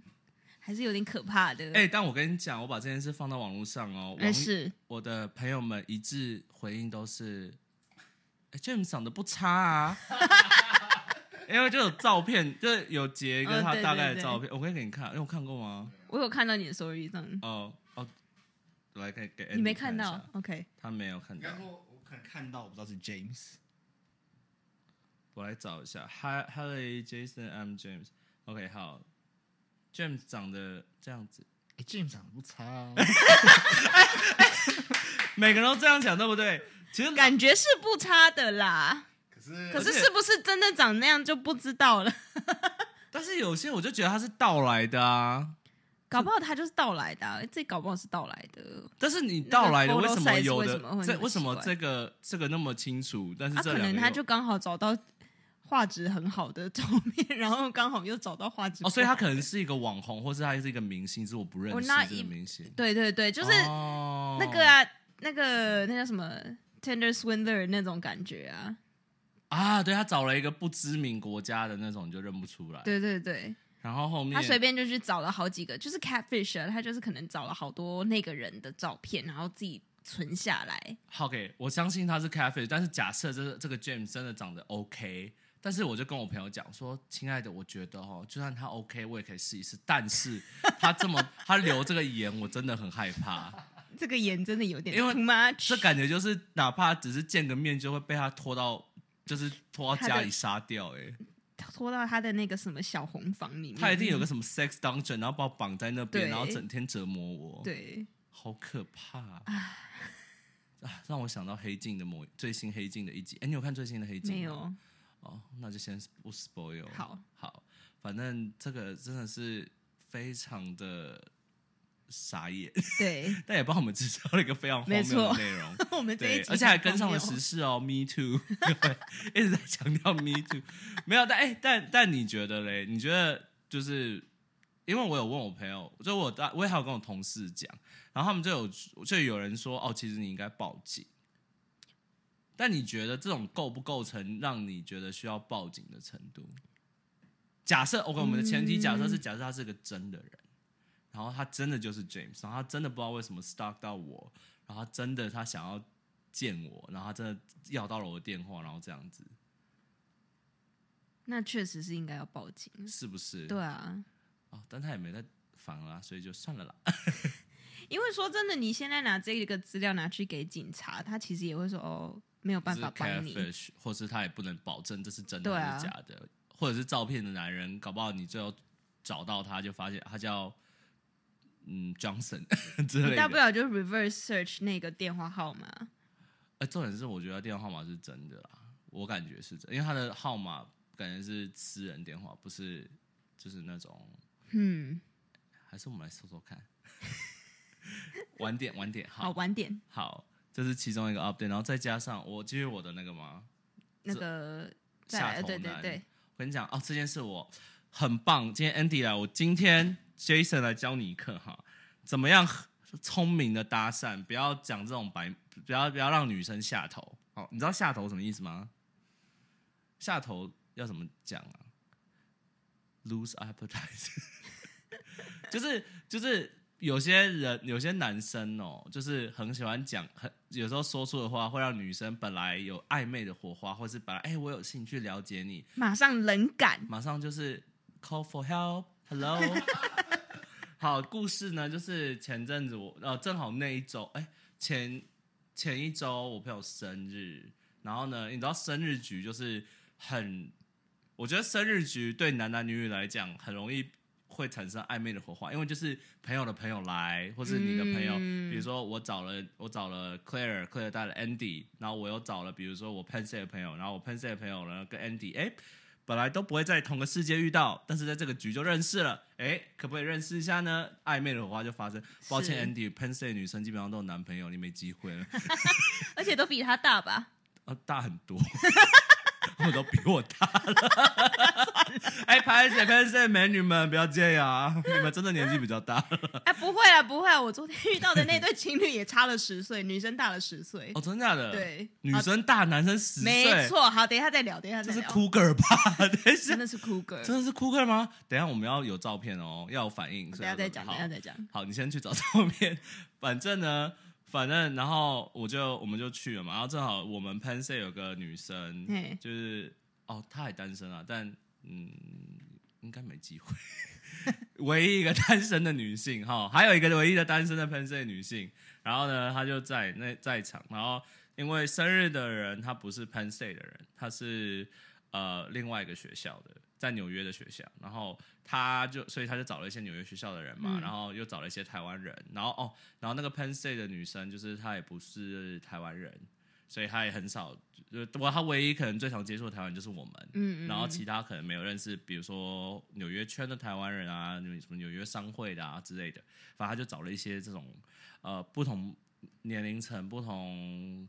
Speaker 2: 还是有点可怕的。
Speaker 1: 哎、但我跟你讲，我把这件事放到网络上哦，
Speaker 2: 但
Speaker 1: 网
Speaker 2: 是
Speaker 1: 我的朋友们一致回应都是、哎 James 长得不差 啊。因为就有照片，就有截跟
Speaker 2: 哦
Speaker 1: 他
Speaker 2: 对
Speaker 1: 大概的
Speaker 2: 对对
Speaker 1: 照片，我可以给你看，因为我看过吗？
Speaker 2: 我有看到你的 story 上，
Speaker 1: 哦哦，我来给给
Speaker 2: 你没
Speaker 1: Andy 看
Speaker 2: 看
Speaker 1: 一下
Speaker 2: 到？OK，
Speaker 1: 他没有看
Speaker 3: 应
Speaker 1: 到
Speaker 3: 该，说，我可能看到，我不知道是 James。
Speaker 1: 我来找一下。Hi, hello, Jason, I'm James. OK，好，James 长得这样子，
Speaker 3: 哎，James 长得不差啊，
Speaker 1: 每个人都这样讲，对不对？其实
Speaker 2: 感觉是不差的啦，
Speaker 3: 可是
Speaker 2: 可是
Speaker 1: 嗯而且
Speaker 2: 是不是真的长那样就不知道了。
Speaker 1: 但是有些我就觉得他是盗来的啊。
Speaker 2: 搞不好他就是盗来的啊、这搞不好是盗来的。
Speaker 1: 但是你盗来的，
Speaker 2: 那个
Speaker 1: 为
Speaker 2: photo
Speaker 1: 什么
Speaker 2: size
Speaker 1: 有
Speaker 2: 为
Speaker 1: 的
Speaker 2: 什么会
Speaker 1: 这
Speaker 2: 那么
Speaker 1: 为什么
Speaker 2: 奇怪
Speaker 1: 这个这个那么清楚？但是
Speaker 2: 他、
Speaker 1: 这
Speaker 2: 啊可
Speaker 1: 两
Speaker 2: 能
Speaker 1: 个
Speaker 2: 他
Speaker 1: 又
Speaker 2: 就刚好找到画质很好的照片，然后刚好又找到画质不好
Speaker 1: 哦，所以他可能是一个网红，或是他是一个明星，只是我不认
Speaker 2: 我
Speaker 1: 识
Speaker 2: 那
Speaker 1: 这
Speaker 2: 一
Speaker 1: 个明星。
Speaker 2: 对对对，就是
Speaker 1: 哦
Speaker 2: 那个啊，那个那叫什么 Tender Swindler 那种感觉啊。
Speaker 1: 啊，对他找了一个不知名国家的那种，你就认不出来。
Speaker 2: 对对对，
Speaker 1: 然后后面
Speaker 2: 他随便就去找了好几个，就是 catfish 啊，他就是可能找了好多那个人的照片，然后自己存下来。
Speaker 1: OK，我相信他是 cafe，但是假设这这个 James 真的长得 OK，但是我就跟我朋友讲说，亲爱的，我觉得哦，就算他 OK，我也可以试一试，但是他这么 他留这个言，我真的很害怕，
Speaker 2: 这个眼真的有点
Speaker 1: 因为
Speaker 2: too much，
Speaker 1: 这感觉就是哪怕只是见个面，就会被他拖到。就是拖到
Speaker 2: 他的
Speaker 1: 家里杀掉、欸，
Speaker 2: 拖到他的那个什么小红房里面。
Speaker 1: 他一定有个什么 sex dungeon，然后把我绑在那边，
Speaker 2: 对
Speaker 1: 然后整天折磨我，，
Speaker 2: 对。
Speaker 1: 好可怕啊！啊让我想到黑镜的某最新黑镜的一集，哎、你有看最新的黑镜吗
Speaker 2: 没有，
Speaker 1: 哦，那就先不 spoil。
Speaker 2: 好，
Speaker 1: 好，反正这个真的是非常的傻眼，
Speaker 2: 对
Speaker 1: 但也帮我们制造了一个非常荒
Speaker 2: 没
Speaker 1: 谬的
Speaker 2: 错
Speaker 1: 内容。
Speaker 2: 我们这一
Speaker 1: 对，
Speaker 2: 集，
Speaker 1: 而且还跟上了时，事哦，Me too，对一直在强调 Me too。没有，但哎、但但你觉得嘞？你觉得就是因为我有问我朋友，就我大我也还有跟我同事讲，然后他们就有就有人说哦，其实你应该报警。但你觉得这种构不构成让你觉得需要报警的程度？假设 OK，我们的前提假设
Speaker 2: 嗯
Speaker 1: 是假设他是个真的人，然后他真的就是 James，然后他真的不知道为什么 stalk 到我，然后他真的他想要见我，然后他真的要到了我的电话，然后这样子，
Speaker 2: 那确实是应该要报警。
Speaker 1: 是不是？
Speaker 2: 对啊，
Speaker 1: 哦，但他也没在烦啦、所以就算了啦。
Speaker 2: 因为说真的，你现在拿这个资料拿去给警察，他其实也会说哦，没有办法帮
Speaker 1: 就是
Speaker 2: 你。
Speaker 1: catfish，或是他也不能保证这是真的
Speaker 2: 对
Speaker 1: 还
Speaker 2: 啊
Speaker 1: 是假的，或者是照片的男人，搞不好你最后找到他就发现他叫嗯 Johnson 之类
Speaker 2: 你大不
Speaker 1: 的。
Speaker 2: 了就 reverse search 那个电话号码，
Speaker 1: 呃，重点是我觉得他电话号码是真的啦，我感觉是真，因为他的号码感觉是私人电话，不是就是那种，
Speaker 2: 嗯，
Speaker 1: 还是我们来搜搜看。晚点，晚点，
Speaker 2: 好
Speaker 1: 好，
Speaker 2: 晚点
Speaker 1: 好，这是其中一个 update，然后再加上我继续我的那个吗？
Speaker 2: 那个再
Speaker 1: 下
Speaker 2: 来，
Speaker 1: 头
Speaker 2: 对对
Speaker 1: 男
Speaker 2: 对，
Speaker 1: 我跟你讲哦，这件事我很棒。今天 Andy 来，我今天 Jason 来教你一课哈，怎么样聪明的搭讪，不要讲这种白，不要不要让女生下头。哦，你知道下头什么意思吗？下头要怎么讲啊？Lose appetite，就是就是有些人有些男生哦，就是很喜欢讲，很有时候说出的话会让女生本来有暧昧的火花，或是本来哎、我有兴趣了解你，
Speaker 2: 马上冷感，
Speaker 1: 马上就是 call for help，hello。好，故事呢，就是前阵子我呃，正好那一周，哎、前前一周我朋友生日，然后呢，你知道生日局就是很，我觉得生日局对男男女女来讲很容易会产生暧昧的火花，因为就是朋友的朋友来，或是你的朋友，
Speaker 2: 嗯
Speaker 1: 比如说我找了我找了 Claire，Claire 带了 Andy，然后我又找了比如说我 Pensy 的朋友，然后我 Pensy 的朋友呢跟 Andy，哎、本来都不会在同个世界遇到，但是在这个局就认识了，哎，可不可以认识一下呢？暧昧的火花就发生。抱歉，Andy Pensy 的女生基本上都有男朋友，你没机会 了。
Speaker 2: 而且都比他大 吧？
Speaker 1: 啊，大很多， 他们都比我大了。 哎，拍谁拍谁，美女们不要这样啊！你们真的年纪比较大了。
Speaker 2: 哎，不会啊，不会啊，我昨天遇到的那对情侣也差了十岁，女生大了十岁。
Speaker 1: 哦，真的假的？
Speaker 2: 对
Speaker 1: 女生大，男生十岁，
Speaker 2: 没，错，好，等一下再聊，等一下
Speaker 1: 这
Speaker 2: 再
Speaker 1: 是
Speaker 2: 聊。哦
Speaker 1: Cougar 吧？等一下
Speaker 2: 真，的是酷哥，
Speaker 1: 真的是 Cougar 吗？等一下我们要有照片哦，要有反应。
Speaker 2: 等
Speaker 1: 所
Speaker 2: 一
Speaker 1: 以
Speaker 2: 下再
Speaker 1: 准备
Speaker 2: 讲，
Speaker 1: 好
Speaker 2: 等一下再讲。
Speaker 1: 好，你先去找 照片。反正呢，反正然后我就我们就去了嘛，然后正好我们 p e n s y 有个女生
Speaker 2: 嘿，
Speaker 1: 就是哦，她还单身啊，但嗯，应该没机会。 唯一一个单身的女性哈，还有一个唯一的单身的 p e n s y 女性，然后呢，她就在那在场，然后因为生日的人她不是 p e n s y 的人，她是呃另外一个学校的，在纽约的学校，然后他就所以他就找了一些纽约学校的人嘛，
Speaker 2: 嗯
Speaker 1: 然后又找了一些台湾人，然后哦，然后那个 Penn State 的女生就是她也不是台湾人，所以她也很少，就我她唯一可能最常接触的台湾就是我们，
Speaker 2: 嗯嗯，
Speaker 1: 然后
Speaker 2: 嗯
Speaker 1: 其他可能没有认识，比如说纽约圈的台湾人啊，纽什么纽约商会的啊之类的，反正他就找了一些这种呃不同年龄层、不同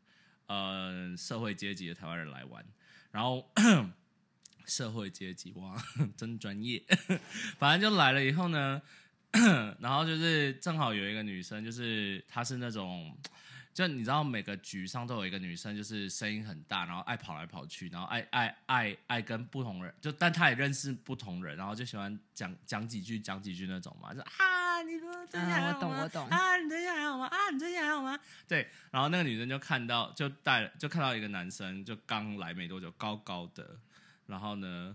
Speaker 1: 呃社会阶级的台湾人来玩，然后 社会阶级哇，真专业， 反正就来了以后呢， 然后就是正好有一个女生，就是她是那种。就你知道每个局上都有一个女生，就是声音很大，然后爱跑来跑去，然后爱爱爱爱跟不同人，就但她也认识不同人，然后就喜欢讲讲几句讲几句那种嘛，就啊你最近还
Speaker 2: 啊
Speaker 1: 好
Speaker 2: 我懂
Speaker 1: 吗
Speaker 2: 我懂
Speaker 1: 啊你最近还好吗啊你最近还好吗？对，然后那个女生就看到就带了就看到一个男生，就刚来没多久，高高的，然后呢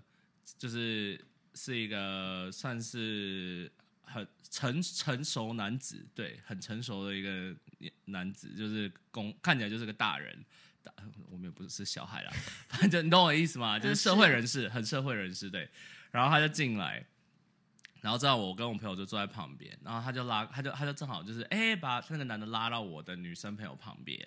Speaker 1: 就是是一个算是很成成熟男子，对，很成熟的一个男子，就是公看起来就是个大人，大我们也不是小孩啦，反正你懂我的意思吗？就是社会人士，很社会人士，对。然后他就进来，然后知道我跟我朋友就坐在旁边，然后他就拉，他就他就正好就是哎、把那个男的拉到我的女生朋友旁边，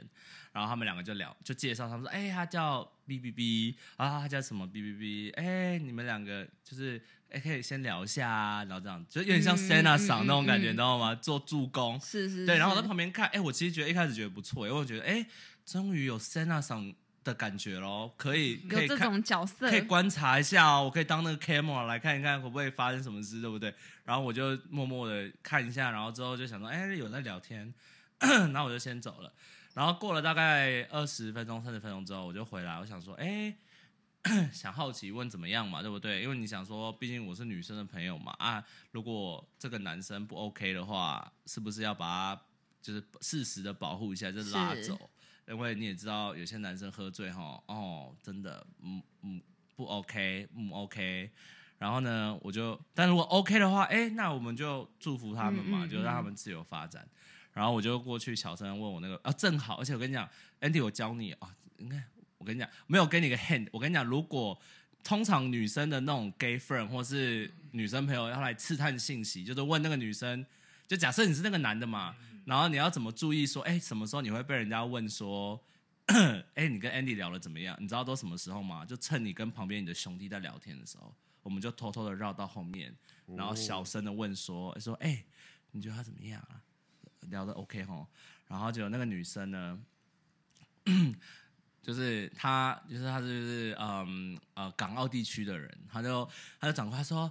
Speaker 1: 然后他们两个就聊，就介绍他们说，哎、他叫 B B B 啊，他叫什么 B B B，哎，你们两个就是哎、可以先聊一下啊，然后这样就有点像
Speaker 2: 嗯
Speaker 1: Sena
Speaker 2: 嗯
Speaker 1: 赏那种感觉，你
Speaker 2: 嗯嗯
Speaker 1: 知道吗？做助攻，
Speaker 2: 是是，
Speaker 1: 对，然后我
Speaker 2: 是
Speaker 1: 在旁边看，哎、我其实觉得一开始觉得不错，因为我觉得，哎、终于有 Senna 上的感觉咯，可以可
Speaker 2: 有
Speaker 1: 以
Speaker 2: 这
Speaker 1: 看，
Speaker 2: 种角色
Speaker 1: 可，以观察一下哦，我可以当那个 camera 来看一看会不会发生什么事，对不对？然后我就默默的看一下，然后之后就想说，哎、有人在聊天， 然后我就先走了。然后过了大概二十分钟、三十分钟之后，我就回来，我想说，哎、 想好奇问怎么样嘛，对不对？因为你想说，毕竟我是女生的朋友嘛，啊，如果这个男生不 OK 的话，是不是要把他就是适时的保护一下，就是拉
Speaker 2: 是
Speaker 1: 走？因为你也知道，有些男生喝醉哈，哦，真的，嗯嗯，不 OK，嗯 OK。然后呢，我就，但如果 OK 的话，哎，那我们就祝福他们嘛，
Speaker 2: 嗯嗯
Speaker 1: 就让他
Speaker 2: 嗯
Speaker 1: 们自由发展。然后我就过去小声问我那个啊，正好，而且我跟你讲，Andy，我教你啊，应该我跟你讲，没有给你个 hand，我跟你讲，如果通常女生的那种 gay friend 或是女生朋友要来刺探信息，就是问那个女生，就假设你是那个男的嘛，
Speaker 2: 嗯
Speaker 1: 然后你要怎么注意说，哎、什么时候你会被人家问说，哎、你跟 Andy 聊了怎么样？你知道都什么时候吗？就趁你跟旁边你的兄弟在聊天的时候，我们就偷偷的绕到后面，然后小声的问说，说，哎、你觉得他怎么样啊？聊的 OK 吼，然后就那个女生呢，就是她，就是她就是嗯呃港澳地区的人，她就她就转过来说，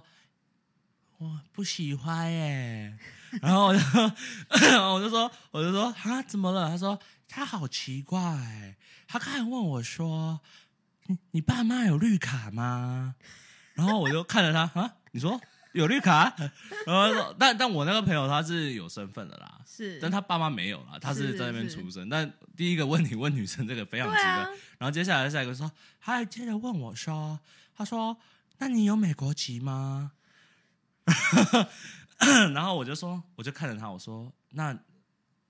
Speaker 1: 我不喜欢耶，然后我就 我就说我就说啊怎么了？她说她好奇怪耶，她刚才问我说，你你爸妈有绿卡吗？然后我就看着她啊，你说有绿卡， 然后说但但我那个朋友他是有身份的啦，
Speaker 2: 是，
Speaker 1: 但他爸妈没有啦，他是
Speaker 2: 是
Speaker 1: 在那边
Speaker 2: 是
Speaker 1: 出生。但第一个问题问女生这个非常
Speaker 2: 对
Speaker 1: 值得
Speaker 2: 啊，，
Speaker 1: 然后接下来下一个说，他还接着问我说，他说：“那你有美国籍吗？” 然后我就说，我就看着他，我说：“那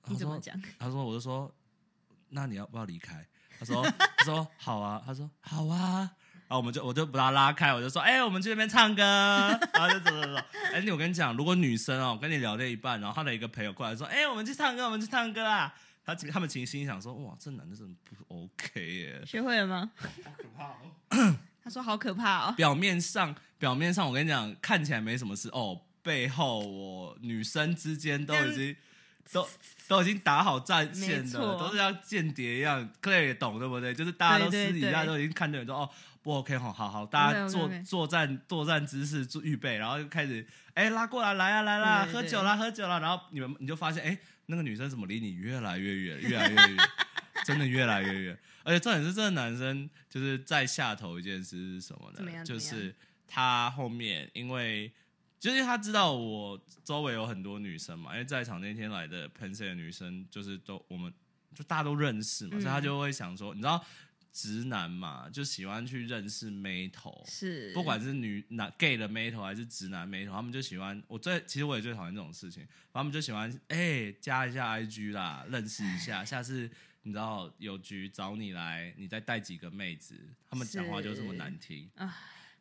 Speaker 2: 你怎么？
Speaker 1: 他说
Speaker 2: 讲？
Speaker 1: 他说，我就说，那你要不要离开？他说，他说好啊，他说好啊。然后我们就我就把他拉开，我就说，哎、我们去那边唱歌，然后就走走走。哎、你我跟你讲，如果女生哦跟你聊到一半，然后她的一个朋友过来说，哎、我们去唱歌，我们去唱歌啊。他他们其实心里想说，哇，这男的真的不 OK 耶。
Speaker 2: 学会 了吗？
Speaker 3: 好可怕哦！
Speaker 2: 他说好可怕哦，
Speaker 1: 表面上表面上我跟你讲，看起来没什么事哦，背后我女生之间都已经都都已经打好战线
Speaker 2: 嗯没
Speaker 1: 了，
Speaker 2: 错
Speaker 1: 都是像间谍一样。Claire 也懂对不对？就是大家都
Speaker 2: 对
Speaker 1: 私
Speaker 2: 对
Speaker 1: 底下
Speaker 2: 对
Speaker 1: 都已经看对眼说哦。不 OK 吼，好好，大家
Speaker 2: OK，OK，OK
Speaker 1: 作作战作战姿势做预备，然后就开始哎、拉过来来啊来啦，
Speaker 2: 对对
Speaker 1: 喝
Speaker 2: 对
Speaker 1: 酒啦喝酒啦，然后你们你就发现哎、那个女生怎么离你越来越远，越来越远，真的越来越远。而且重点是，这个男生就是在下头一件事是什么
Speaker 2: 怎么
Speaker 1: 呢？
Speaker 2: 样
Speaker 1: 就
Speaker 2: 怎么
Speaker 1: 是他后面因为就是他知道我周围有很多女生嘛，因为在场那天来的 p e n s 的女生就是都我们就大家都认识嘛，
Speaker 2: 嗯
Speaker 1: 所以他就会想说，你知道直男嘛，就喜欢去认识妹头。
Speaker 2: 是
Speaker 1: 不管是女男 gay 的妹头还是直男妹头，他们就喜欢我最其实我也最讨厌这种事情，他们就喜欢哎、加一下 IG 啦，认识一下，下次你知道有局找你来，你再带几个妹子，他们讲话就这么难听
Speaker 2: 唉。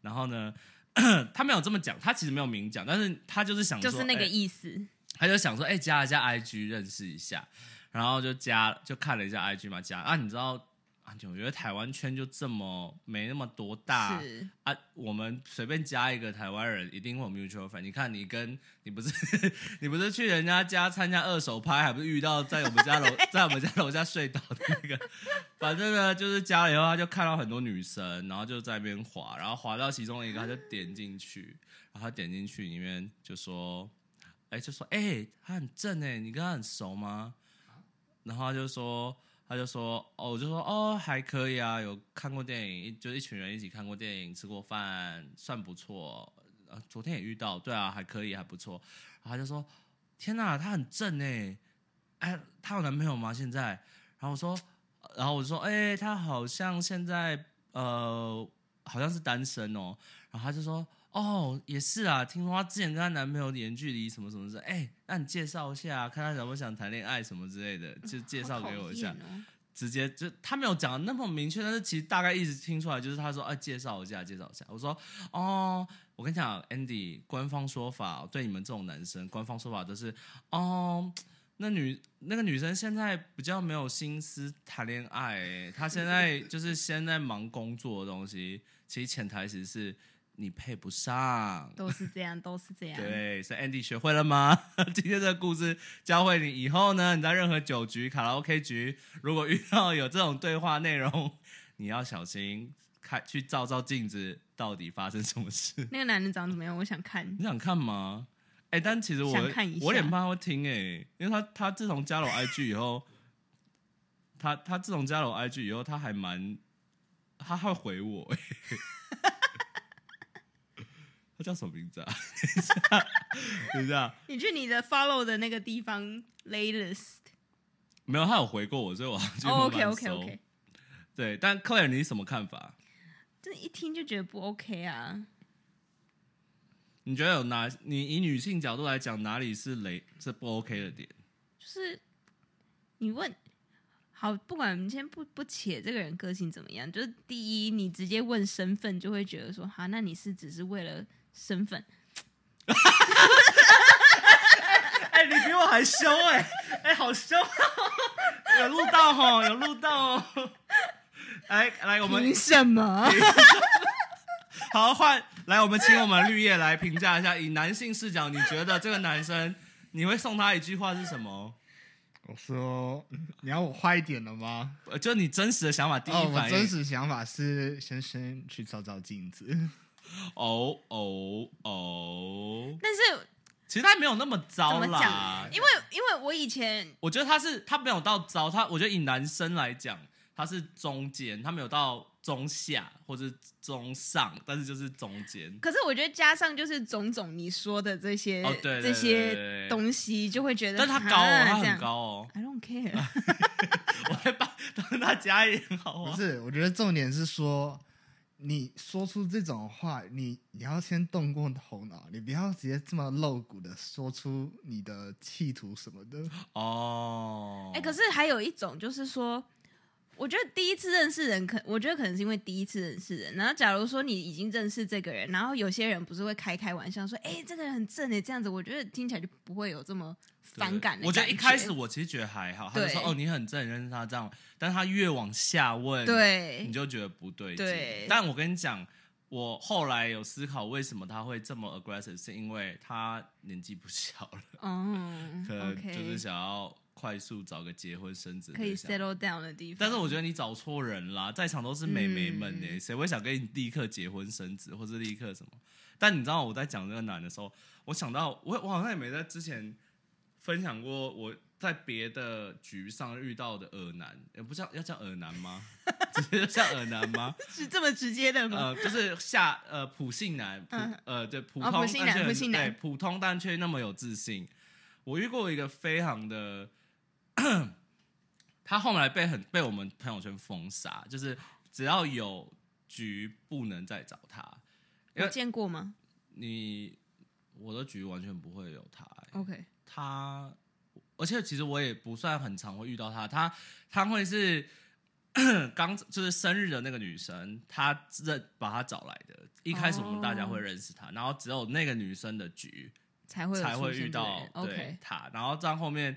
Speaker 1: 然后呢， 他没有这么讲，他其实没有明讲，但是他就是想说，
Speaker 2: 就是那个
Speaker 1: 哎
Speaker 2: 意思，
Speaker 1: 他就想说，哎、加一下 IG 认识一下，然后就加，就看了一下 IG 嘛，加啊，你知道啊，我觉得台湾圈就这么没那么多大
Speaker 2: 是
Speaker 1: 啊，我们随便加一个台湾人，一定会有 mutual friend。你看，你跟你不是 你不是去人家家参加二手拍，还不是遇到在我们家楼在我们家楼下睡倒的那个？反正呢，就是加了以后，他就看到很多女生，然后就在那边滑，然后滑到其中一个，他就点进去，然后他点进去里面就说，哎、就说哎、他很正哎、你跟他很熟吗？然后他就说，他就说，哦，我就说，哦，还可以啊，有看过电影，一就一群人一起看过电影，吃过饭，算不错。呃，昨天也遇到，对啊，还可以，还不错。然后他就说，天哪，他很正哎，哎，她有男朋友吗？现在？然后我说，然后我就说，哎、她好像现在呃，好像是单身哦。然后他就说，哦，也是啊，听说她之前跟她男朋友远距离什么什么之类，哎、那你介绍一下，看她想不想谈恋爱什么之类的，就介绍给我一下
Speaker 2: 好。讨厌哦
Speaker 1: 直接就他没有讲的那么明确，但是其实大概一直听出来，就是他说啊，介绍一下，介绍一下。我说哦，我跟你讲，Andy，官方说法对你们这种男生，官方说法都是哦，那女那个女生现在比较没有心思谈恋爱、欸她现在就是现在忙工作的东西。其实潜台词是你配不上，
Speaker 2: 都是这样，都是这样，
Speaker 1: 对，所以 Andy 学会了吗？ 今天这个故事教会你，以后呢，你在任何酒局、卡拉 OK 局，如果遇到有这种对话内容，你要小心看去照照镜子，到底发生什么事？
Speaker 2: 那个男人长怎么样？我想看
Speaker 1: 你，想看吗？哎、但其实我
Speaker 2: 想看一下
Speaker 1: 我有点怕他会听哎、因为他他自从加了我 IG 以后，他他自从加了我 IG 以后，他还蛮他会回我、欸， 他叫什么名字啊？ 等一下，等一下，
Speaker 2: 你去你的 follow 的那个地方 latest，
Speaker 1: 没有，他有回过我，所以我要去慢慢
Speaker 2: 哦，OK OK
Speaker 1: 搜
Speaker 2: OK，
Speaker 1: 对，但 Claire 你什么看法？
Speaker 2: 这一听就觉得不 OK 啊，
Speaker 1: 你觉得有哪？你以女性角度来讲，哪里是雷是不 OK 的点？
Speaker 2: 就是你问。好，不管我们先不不且这个人个性怎么样，就是第一，你直接问身份，就会觉得说，哈，那你是只是为了身份，
Speaker 1: 哎、你比我还凶哎、 哎、好凶、哦！有录到吼，有录到 哦。来来，我们
Speaker 2: 凭 什么？
Speaker 1: 好换来，我们请我们绿叶来评价一下，以男性视角，你觉得这个男生，你会送他一句话是什么？
Speaker 3: 我说嗯你要我坏一点了吗？
Speaker 1: 呃就你真实的想法，第
Speaker 3: 哦，
Speaker 1: 一
Speaker 3: 我
Speaker 1: 反
Speaker 3: 真
Speaker 1: 应。
Speaker 3: 实想法是先先去照照镜子。
Speaker 1: 哦哦哦！
Speaker 2: 但是
Speaker 1: 其实他没有那么糟
Speaker 2: 怎么
Speaker 1: 啦
Speaker 2: 讲？，因为因为我以前
Speaker 1: 我觉得他是他没有到糟，他我觉得以男生来讲，它是中间，它没有到中下或是中上，但是就是中间。
Speaker 2: 可是我觉得加上就是种种你说的这些、
Speaker 1: 哦对对对
Speaker 2: 这
Speaker 1: 对对
Speaker 2: 些东西，就会觉得
Speaker 1: 但是它高哦，
Speaker 2: 啊
Speaker 1: 它
Speaker 2: 这
Speaker 1: 很
Speaker 2: 样
Speaker 1: 高哦，
Speaker 2: I don't care，
Speaker 1: 我会帮帮他加一点好
Speaker 3: 不
Speaker 1: 啊。
Speaker 3: 是，我觉得重点是说，你说出这种话，你你要先动过头脑，你不要直接这么露骨的说出你的企图什么的。
Speaker 1: 哦，
Speaker 2: 哎、可是还有一种就是说，我觉得第一次认识人可，我觉得可能是因为第一次认识人。然后假如说你已经认识这个人，然后有些人不是会开开玩笑说：“哎、这个人很正诶，这样子我觉得听起来就不会有这么反感的
Speaker 1: 我觉
Speaker 2: 觉
Speaker 1: 得一开始我其实觉得还好，他就说
Speaker 2: 对
Speaker 1: 哦你很正，你认识他这样，但他越往下问，，
Speaker 2: 对
Speaker 1: 你，就觉得不对劲。
Speaker 2: 对
Speaker 1: 但我跟你讲，我后来有思考为什么他会这么 aggressive，是因为他年纪不小了，
Speaker 2: 嗯
Speaker 1: 可能就
Speaker 2: OK，
Speaker 1: 是想要快速找个结婚生子的
Speaker 2: 可以
Speaker 1: 对象。
Speaker 2: settle down 的地方。
Speaker 1: 但是我觉得你找错人啦，在场都是美眉们呢、欸
Speaker 2: 嗯
Speaker 1: 谁会想跟你立刻结婚生子，或是立刻什么？但你知道我在讲这个男的时候，我想到我我好像也没在之前分享过我在别的局上遇到的耳男，也不叫要叫耳男吗？ 直接叫耳男吗？
Speaker 2: 是这么直接的吗？
Speaker 1: 呃，就是下呃普信男，普
Speaker 2: 嗯
Speaker 1: 呃对普
Speaker 2: 哦
Speaker 1: 通，
Speaker 2: 普信男
Speaker 1: 但却
Speaker 2: 普信男
Speaker 1: 对普通，但却那么有自信。我遇过一个非常的，他后来被很被我们朋友圈封杀，就是只要有局不能再找他，因
Speaker 2: 有
Speaker 1: 为
Speaker 2: 见过吗
Speaker 1: 你我的局完全不会有他、欸
Speaker 2: ？OK，
Speaker 1: 他，而且其实我也不算很常会遇到他，他他会是 刚就是生日的那个女生，他认把他找来的。一开始我们大家会认识他，然后只有那个女生的局
Speaker 2: 才哦会有
Speaker 1: 才
Speaker 2: 出
Speaker 1: 会
Speaker 2: 现
Speaker 1: 遇
Speaker 2: 这个
Speaker 1: 到
Speaker 2: 人
Speaker 1: 对
Speaker 2: OK，
Speaker 1: 他，然后这样后面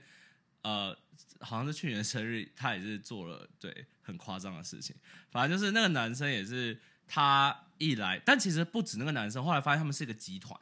Speaker 1: 呃，好像是去年生日，他也是做了对很夸张的事情，反正就是那个男生也是他一来，但其实不止那个男生，后来发现他们是一个集团。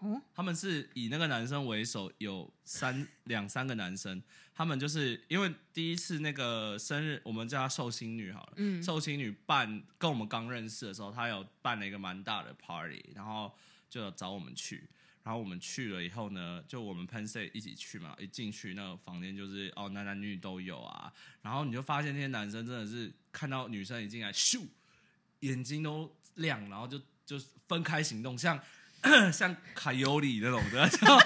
Speaker 2: 哦，
Speaker 1: 他们是以那个男生为首，有三两三个男生，他们就是因为第一次那个生日，我们叫她寿星女好了，
Speaker 2: 嗯
Speaker 1: 寿星女办跟我们刚认识的时候，她有办了一个蛮大的 party，然后就有找我们去，然后我们去了以后呢，就我们 Penn State 一起去嘛，一进去那个房间就是哦男男女女都有啊，然后你就发现那些男生真的是看到女生一进来，咻，眼睛都亮，然后就就分开行动，像 像卡尤里那种的， 知道吗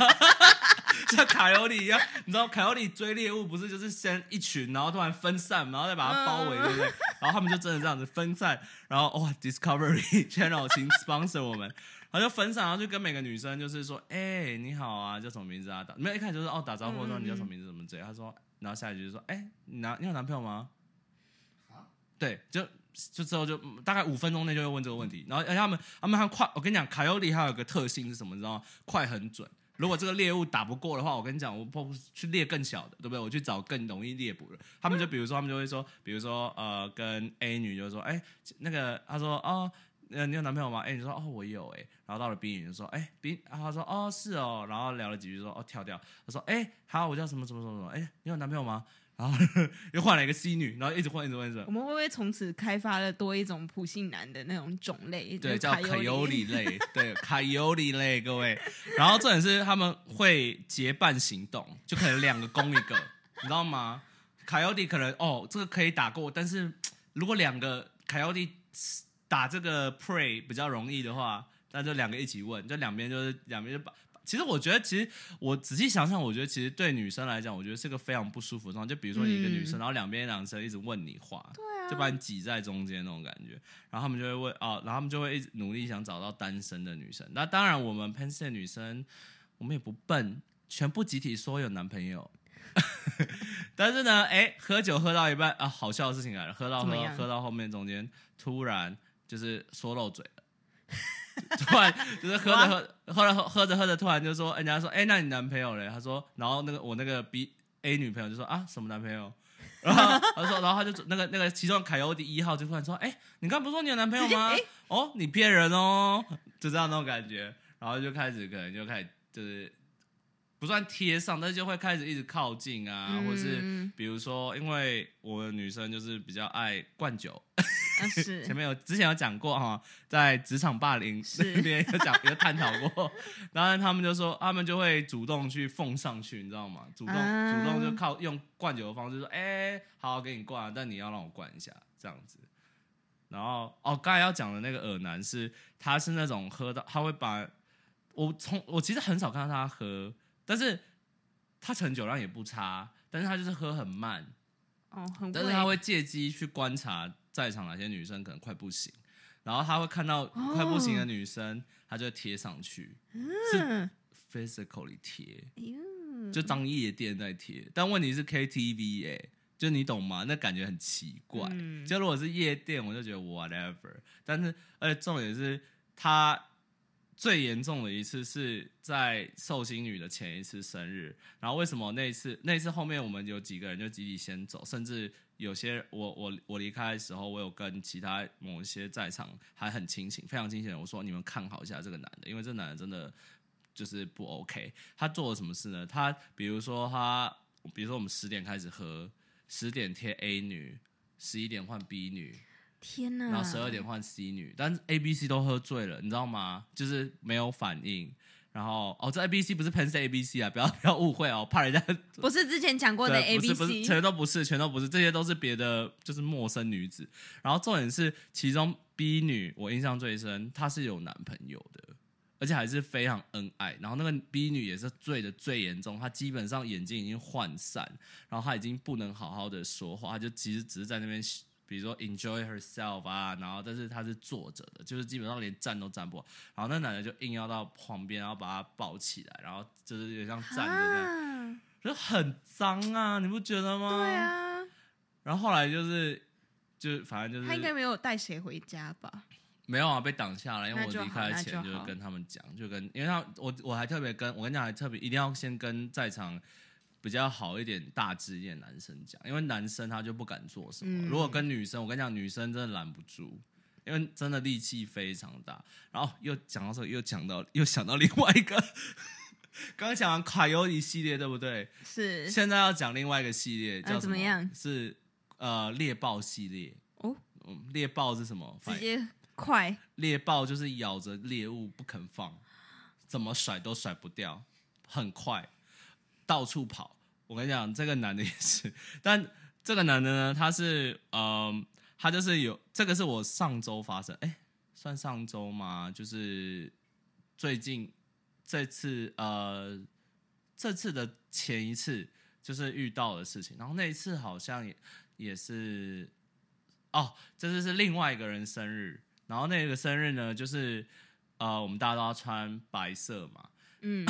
Speaker 1: 像卡尤里一样，你知道卡尤里追猎物不是就是先一群，然后突然分散，然后再把它包围，
Speaker 2: 嗯
Speaker 1: 对不对？然后他们就真的这样子分散，然后哇，Discovery Channel 请 sponsor 我们。然后就分散，然后就跟每个女生就是说，哎、你好啊，叫什么名字啊？打没有一开始就是哦打招呼，
Speaker 2: 嗯嗯
Speaker 1: 说你叫
Speaker 2: 嗯
Speaker 1: 什么名字什么之类的。他说，然后下一句就说，哎、你男你有男朋友吗？
Speaker 2: 啊
Speaker 1: 对，就就之后就嗯大概五分钟内就会问这个问题，然后而且他们他们还快，我跟你讲，卡尤里还有个特性是什么，你知道吗？快很准。如果这个猎物打不过的话，我跟你讲，我不去猎更小的，对不对？我去找更容易猎捕的。他们就比如说，他们就会说，比如说呃，跟 A 女就说，哎、那个她说哦。呃，你有男朋友吗？哎、你说哦，我有哎、然后到了 B 女就说，哎、b 啊，她说哦是哦，然后聊了几句说哦跳掉，她说哎、好，我叫什么什么什么什么，哎、你有男朋友吗？然后 又换了一个 C 女，然后一直换一直换一直换
Speaker 2: 我，们会不会从此开发了多一种普信男的那种种类？
Speaker 1: 对，
Speaker 2: 就
Speaker 1: 叫
Speaker 2: 是
Speaker 1: 卡尤
Speaker 2: 里
Speaker 1: 里类，对，卡尤里类，各位。然后重点是他们会结伴行动，就可能两个攻一个，你知道吗？卡尤里可能哦，这个可以打过，但是如果两个卡尤里打这个 prey 比较容易的话，那就两个一起问，就两边就是两边就把。其实我觉得，其实我仔细想想，我觉得其实对女生来讲，我觉得是个非常不舒服的状态。就比如说你一个女生，然后两边男生一直问你话，
Speaker 2: 对啊，
Speaker 1: 就把你挤在中间那种感觉。然后他们就会问啊、然后他们就会一直努力想找到单身的女生。那当然，我们 Penn State 女生，我们也不笨，全部集体说有男朋友。 但是呢，哎，喝酒喝到一半啊，好笑的事情来了，喝到
Speaker 2: 怎
Speaker 1: 喝
Speaker 2: 么
Speaker 1: 到
Speaker 2: 样
Speaker 1: 喝到后面中间，突然就是说漏嘴了。 突然就是喝着喝喝着喝喝着喝着，突然就说，哎人家说，哎、那你男朋友嘞？他说，然后那个我那个 B A 女朋友就说啊，什么男朋友？ 然后他说，然后他就那个那个其中凯欧迪一号就突然说，哎、你刚不是说你有男朋友吗？
Speaker 2: 直接哎
Speaker 1: 哦，你骗人哦，就这样那种感觉，然后就开始可能就开始就是不算贴上，但是就会开始一直靠近啊，或是
Speaker 2: 嗯
Speaker 1: 比如说，因为我们女生就是比较爱灌酒，
Speaker 2: 啊是
Speaker 1: 前面有之前有讲过哈，在职场霸凌
Speaker 2: 是
Speaker 1: 那边有讲 有探讨过，然后他们就说他们就会主动去奉上去，你知道吗？主动、
Speaker 2: 啊
Speaker 1: 主动就靠用灌酒的方式说，哎、好给你灌啊，但你要让我灌一下这样子。然后哦，刚才要讲的那个耳男是他是那种喝到他会把我从我其实很少看到他喝，但是他盛酒量也不差，但是他就是喝很慢，
Speaker 2: 哦，很
Speaker 1: 但是他会借机去观察在场哪些女生可能快不行，然后他会看到快不行的女生，他就会贴上去
Speaker 2: 嗯，
Speaker 1: ，physically 贴，
Speaker 2: 哎呦
Speaker 1: 就当夜店在贴。但问题是 KTV 哎、就你懂吗？那感觉很奇怪。
Speaker 2: 嗯
Speaker 1: 就如果是夜店，我就觉得 whatever。但是，而且重点是他最严重的一次是在寿星女的前一次生日。然后为什么那一次？那一次后面我们有几个人就集体先走，甚至有些我我我离开的时候，我有跟其他某一些在场还很清醒、非常清醒的人，我说你们看好一下这个男的，因为这男的真的就是不 OK。他做了什么事呢？他比如说他，比如说我们十点开始喝，十点贴 A 女，十一点换 B 女，
Speaker 2: 天哪，
Speaker 1: 然后十二点换 C 女，但是 A、B、C 都喝醉了，你知道吗？就是没有反应。然后哦，这 A、B、C 不是 Pen C A、B、C 啊，不要不要误会哦，怕人家
Speaker 2: 不是之前讲过的
Speaker 1: 对，
Speaker 2: A
Speaker 1: 不是
Speaker 2: B
Speaker 1: 不是，
Speaker 2: C，
Speaker 1: 全都不是，全都不是，这些都是别的，就是陌生女子。然后重点是，其中 B 女我印象最深，她是有男朋友的，而且还是非常恩爱。然后那个 B 女也是醉的最严重，她基本上眼睛已经涣散，然后她已经不能好好的说话，她就其实只是在那边。比如说 enjoy herself 啊，然后但是她是坐着的，就是基本上连站都站不好。然后那男的就硬要到旁边，然后把她抱起来，然后就是有点像站着这样。
Speaker 2: 啊，
Speaker 1: 就很脏啊，你不觉得吗？
Speaker 2: 对。啊，
Speaker 1: 然后后来就是，就反正就
Speaker 2: 他应该
Speaker 1: 是
Speaker 2: 没有带谁回家吧？
Speaker 1: 没有啊，被挡下来，因为
Speaker 2: 那
Speaker 1: 我
Speaker 2: 就
Speaker 1: 离
Speaker 2: 好
Speaker 1: 开
Speaker 2: 那
Speaker 1: 前
Speaker 2: 就
Speaker 1: 就
Speaker 2: 好
Speaker 1: 跟他们讲，就跟因为他我我还特别跟我跟你讲，还特别一定要先跟在场比较好一点、大只一点的男生讲，因为男生他就不敢做什么。
Speaker 2: 嗯
Speaker 1: 如果跟女生，我跟你讲，女生真的拦不住。因为真的力气非常大，然后又讲到这个，又讲到又想到另外一个，刚刚讲完卡尤里系列对不对？
Speaker 2: 是
Speaker 1: 现在要讲另外一个系列，叫
Speaker 2: 呃
Speaker 1: 什
Speaker 2: 怎么样
Speaker 1: 是呃猎豹系列。
Speaker 2: 哦，
Speaker 1: 嗯，猎豹是什么？
Speaker 2: 直
Speaker 1: 反
Speaker 2: 接快
Speaker 1: 猎豹就是咬着猎物不肯放，怎么甩都甩不掉，很快，到处跑。我跟你讲，这个男的也是， 但这个男的呢，他是嗯、他就是有这个是我上周发生，哎、算上周吗？就是最近这次呃，这次的前一次就是遇到的事情，然后那一次好像也也是哦，这次是另外一个人生日，然后那个生日呢，就是呃，我们大家都要穿白色嘛，
Speaker 2: 嗯，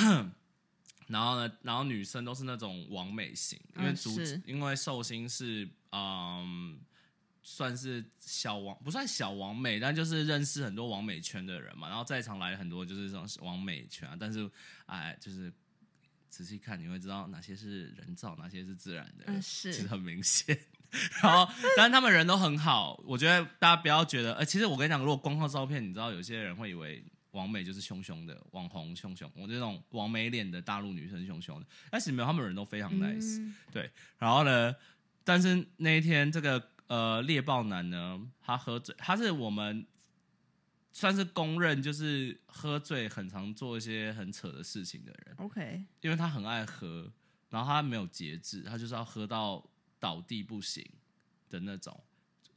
Speaker 1: 然后呢，然后女生都是那种完美型，因
Speaker 2: 嗯
Speaker 1: 为竹、
Speaker 2: 是
Speaker 1: 因为寿星是嗯，算是小王不算小王美，但就是认识很多王美圈的人嘛。然后在场来很多就是这种王美圈啊，但是哎，就是仔细看你会知道哪些是人造，哪些是自然的，
Speaker 2: 嗯是
Speaker 1: 其实很明显。 然后，但是他们人都很好，我觉得大家不要觉得，呃，其实我跟你讲，如果光靠照片，你知道有些人会以为王美就是凶凶的网红凶凶，我这种王美脸的大陆女生凶凶的，但是没有，他们人都非常 nice。
Speaker 2: 嗯
Speaker 1: 然后呢，但是那一天这个呃猎豹男呢，他喝醉，他是我们算是公认就是喝醉很常做一些很扯的事情的人，
Speaker 2: OK，
Speaker 1: 因为他很爱喝，然后他没有节制，他就是要喝到倒地不行的那种，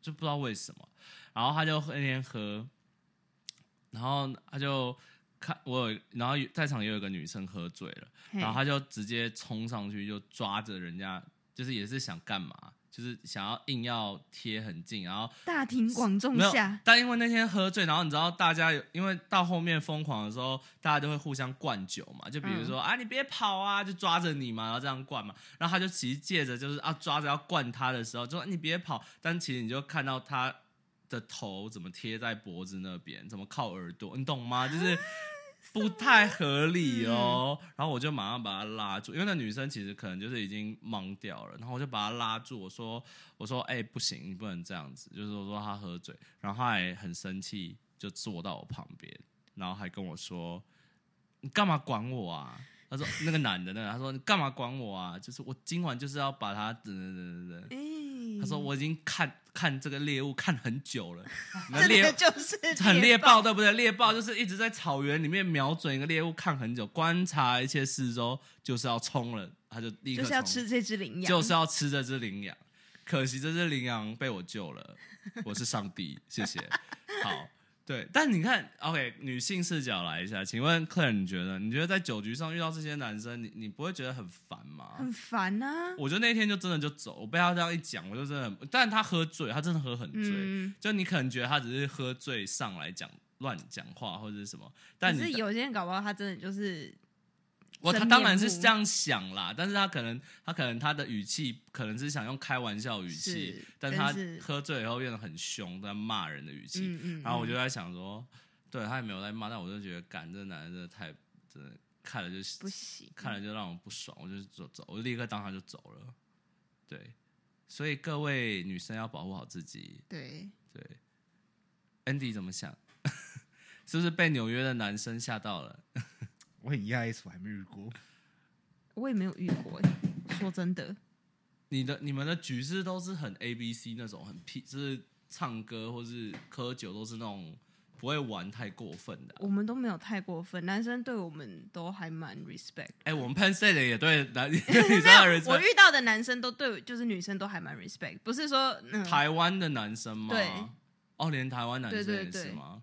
Speaker 1: 就就不知道为什么。然后他就那天喝，然后他就看我有，然后在场也有一个女生喝醉了，
Speaker 2: 嘿
Speaker 1: 然后他就直接冲上去，就抓着人家，就是也是想干嘛，就是想要硬要贴很近，然后
Speaker 2: 大庭广众
Speaker 1: 没有
Speaker 2: 下，，
Speaker 1: 但因为那天喝醉，然后你知道大家有，因为到后面疯狂的时候，大家都会互相灌酒嘛，就比如说、啊，你别跑啊，就抓着你嘛，然后这样灌嘛，然后他就其实借着就是啊抓着要灌他的时候，就说你别跑，但其实你就看到他的头怎么贴在脖子那边，怎么靠耳朵，你懂吗？就是。不太合理哦，然后我就马上把她拉住，因为那女生其实可能就是已经懵掉了，然后我就把她拉住，我说我说：“哎、不行，你不能这样子。”就是我说他喝醉，然后他还很生气，就坐到我旁边，然后还跟我说：“你干嘛管我啊？”他说：“那个男的，那个他说你干嘛管我啊？就是我今晚就是要把他……等等等等等。
Speaker 2: 哎，”
Speaker 1: 他说我已经看 看这个猎物看很久了， 你的
Speaker 2: 这
Speaker 1: 猎
Speaker 2: 个就是
Speaker 1: 很猎
Speaker 2: 豹
Speaker 1: 豹，对不对？猎豹就是一直在草原里面瞄准一个猎物看很久，观察一切四周，就是要冲了，他就立刻
Speaker 2: 就是要
Speaker 1: 冲
Speaker 2: 吃这只羚羊，
Speaker 1: 就是要吃这只羚羊。可惜这只羚羊被我救了，我是上帝，谢 谢。好，对，但你看，OK，女性视角来一下，请问 Claire，你觉得，你觉得在酒局上遇到这些男生，你你不会觉得很烦吗？
Speaker 2: 很烦啊。
Speaker 1: 我就那天就真的就走，我被他这样一讲，我就真的很，但他喝醉，他真的喝很醉，
Speaker 2: 嗯，
Speaker 1: 就你可能觉得他只是喝醉上来讲乱讲话或者是什么，但
Speaker 2: 可
Speaker 1: 你
Speaker 2: 是有些人搞不好他真的就是
Speaker 1: 我他
Speaker 2: 真
Speaker 1: 当然
Speaker 2: 面
Speaker 1: 是
Speaker 2: 目
Speaker 1: 这样想啦，但是他可能他可能他的语气可能是想用开玩笑语气
Speaker 2: 是，
Speaker 1: 但
Speaker 2: 但
Speaker 1: 他
Speaker 2: 是
Speaker 1: 喝醉以后变得很凶，在骂人的语气。
Speaker 2: 嗯嗯，
Speaker 1: 然后我就
Speaker 2: 嗯
Speaker 1: 在想说，对他也没有在骂，但我就觉得，干这男的真的太真的看了就
Speaker 2: 不行，
Speaker 1: 看了就让我不爽，我就走走，我就立刻当场就走了。对，所以各位女生要保护好自己。
Speaker 2: 对，
Speaker 1: 对，Andy 怎么想？ 是不是被纽约的男生吓到了？
Speaker 3: 我很讶异，我还没遇过。
Speaker 2: 我也没有遇过欸。说真的，
Speaker 1: 你的你们的局是都是很 A B C 那种很屁，就是唱歌或是喝酒都是那种不会玩太过分的啊、
Speaker 2: 我们都没有太过分，男生对我们都还蛮 respect。
Speaker 1: 哎、我们 Penn State 的也对男 女生的人
Speaker 2: 我遇到的男生都对，就是女生都还蛮 respect，不是说嗯，
Speaker 1: 台湾的男生吗？
Speaker 2: 对，
Speaker 1: 哦，连台湾男生
Speaker 2: 对对
Speaker 1: 也是
Speaker 2: 对
Speaker 1: 吗？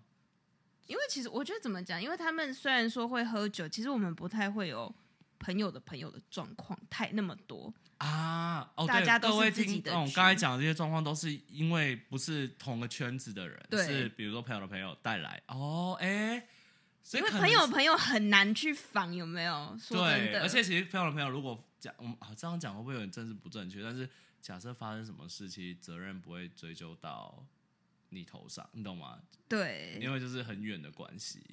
Speaker 2: 因为其实我觉得怎么讲，因为他们虽然说会喝酒，其实我们不太会有朋友的朋友的状况太那么多，
Speaker 1: 啊，哦，
Speaker 2: 大
Speaker 1: 对
Speaker 2: 家都
Speaker 1: 各位
Speaker 2: 是自己
Speaker 1: 听
Speaker 2: 的
Speaker 1: 众
Speaker 2: 局
Speaker 1: 刚才讲的这些状况，都是因为不是同个圈子的人，
Speaker 2: 对
Speaker 1: 是比如说朋友的朋友带来。哦，哎、所以
Speaker 2: 因为
Speaker 1: 可能
Speaker 2: 朋友朋友很难去防，有没有？说真
Speaker 1: 对，
Speaker 2: 的，
Speaker 1: 而且其实朋友的朋友，如果讲我们啊这样讲会不会有点政治不正确？但是假设发生什么事，其实责任不会追究到你头上，你懂吗？
Speaker 2: 对，
Speaker 1: 因为就是很远的关系。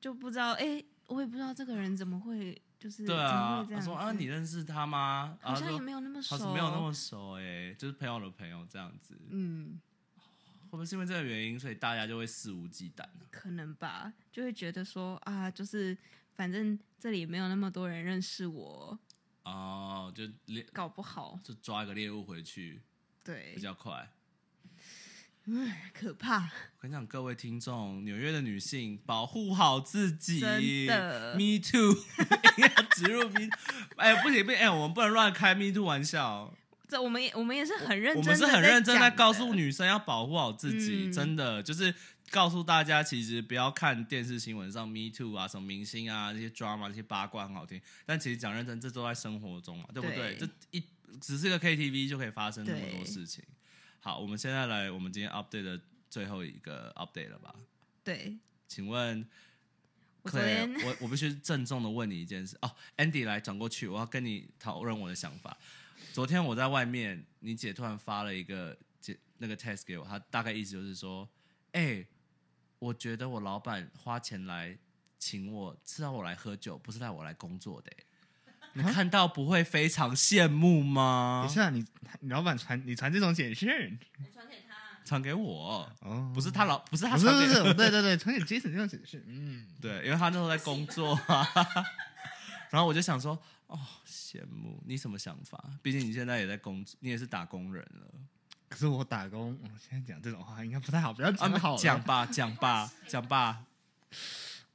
Speaker 2: 就不知道哎、我也不知道这个人怎么会就是
Speaker 1: 对
Speaker 2: 怎么
Speaker 1: 啊
Speaker 2: 会，这
Speaker 1: 他
Speaker 2: 样子
Speaker 1: 说啊，你认识他吗？
Speaker 2: 好像也
Speaker 1: 有
Speaker 2: 没有那么熟，
Speaker 1: 好像没有那么熟哎、就是朋友的朋友这样子，
Speaker 2: 嗯，
Speaker 1: 会不会是因为这个原因，所以大家就会肆无忌惮、啊？
Speaker 2: 可能吧，就会觉得说啊，就是反正这里也没有那么多人认识我，
Speaker 1: 哦，就猎
Speaker 2: 搞不好
Speaker 1: 就抓一个猎物回去
Speaker 2: 对
Speaker 1: 比，较快。
Speaker 2: 可怕，
Speaker 1: 我跟你讲，各位听众，纽约的女性保护好自己，
Speaker 2: 真的
Speaker 1: Me too，硬 要植入 Me，哎、不行不行，哎、我们不能乱开 Me too 玩笑，
Speaker 2: 这我们也我们也是很认真，
Speaker 1: 我们是很认真在
Speaker 2: 在讲
Speaker 1: 告
Speaker 2: 的
Speaker 1: 诉女生要保护好自己，
Speaker 2: 嗯
Speaker 1: 真的就是告诉大家，其实不要看电视新闻上 Me too 啊，什么明星啊，这些 drama 这些八卦很好听，但其实讲认真，这都在生活中嘛，对不对？
Speaker 2: 对
Speaker 1: 这一只是个 KTV 就可以发生那么多
Speaker 2: 对
Speaker 1: 事情。好，我们现在来我们今天 update 的最后一个 update 了吧？
Speaker 2: 对，
Speaker 1: 请问
Speaker 2: 我昨
Speaker 1: Claire，
Speaker 2: 天
Speaker 1: 我我必须郑重的问你一件事哦，Andy 来转过去，我要跟你讨论我的想法。昨天我在外面，你姐突然发了一个姐那个 test 给我，她大概意思就是说，哎、我觉得我老板花钱来请我，是让我来喝酒，不是让我来工作的、欸
Speaker 2: 啊
Speaker 1: 你看到不会非常羡慕吗
Speaker 3: 等一？下，你你老板传你传这种简讯
Speaker 2: 传给他、
Speaker 1: 传给我，
Speaker 3: 哦，
Speaker 1: 不是他老，不是他
Speaker 3: 不是
Speaker 1: 传
Speaker 3: 不
Speaker 1: 给
Speaker 3: 是，我对对对，传给 Jason 这种简讯，嗯，
Speaker 1: 对，因为他那时候在工作啊。 然后我就想说，哦，羡慕你什么想法？毕竟你现在也在工作，你也是打工人了
Speaker 3: 可是我打工，我现在讲这种话应该不太好，不要
Speaker 1: 啊
Speaker 3: 讲好了
Speaker 1: 讲吧，讲吧，讲吧。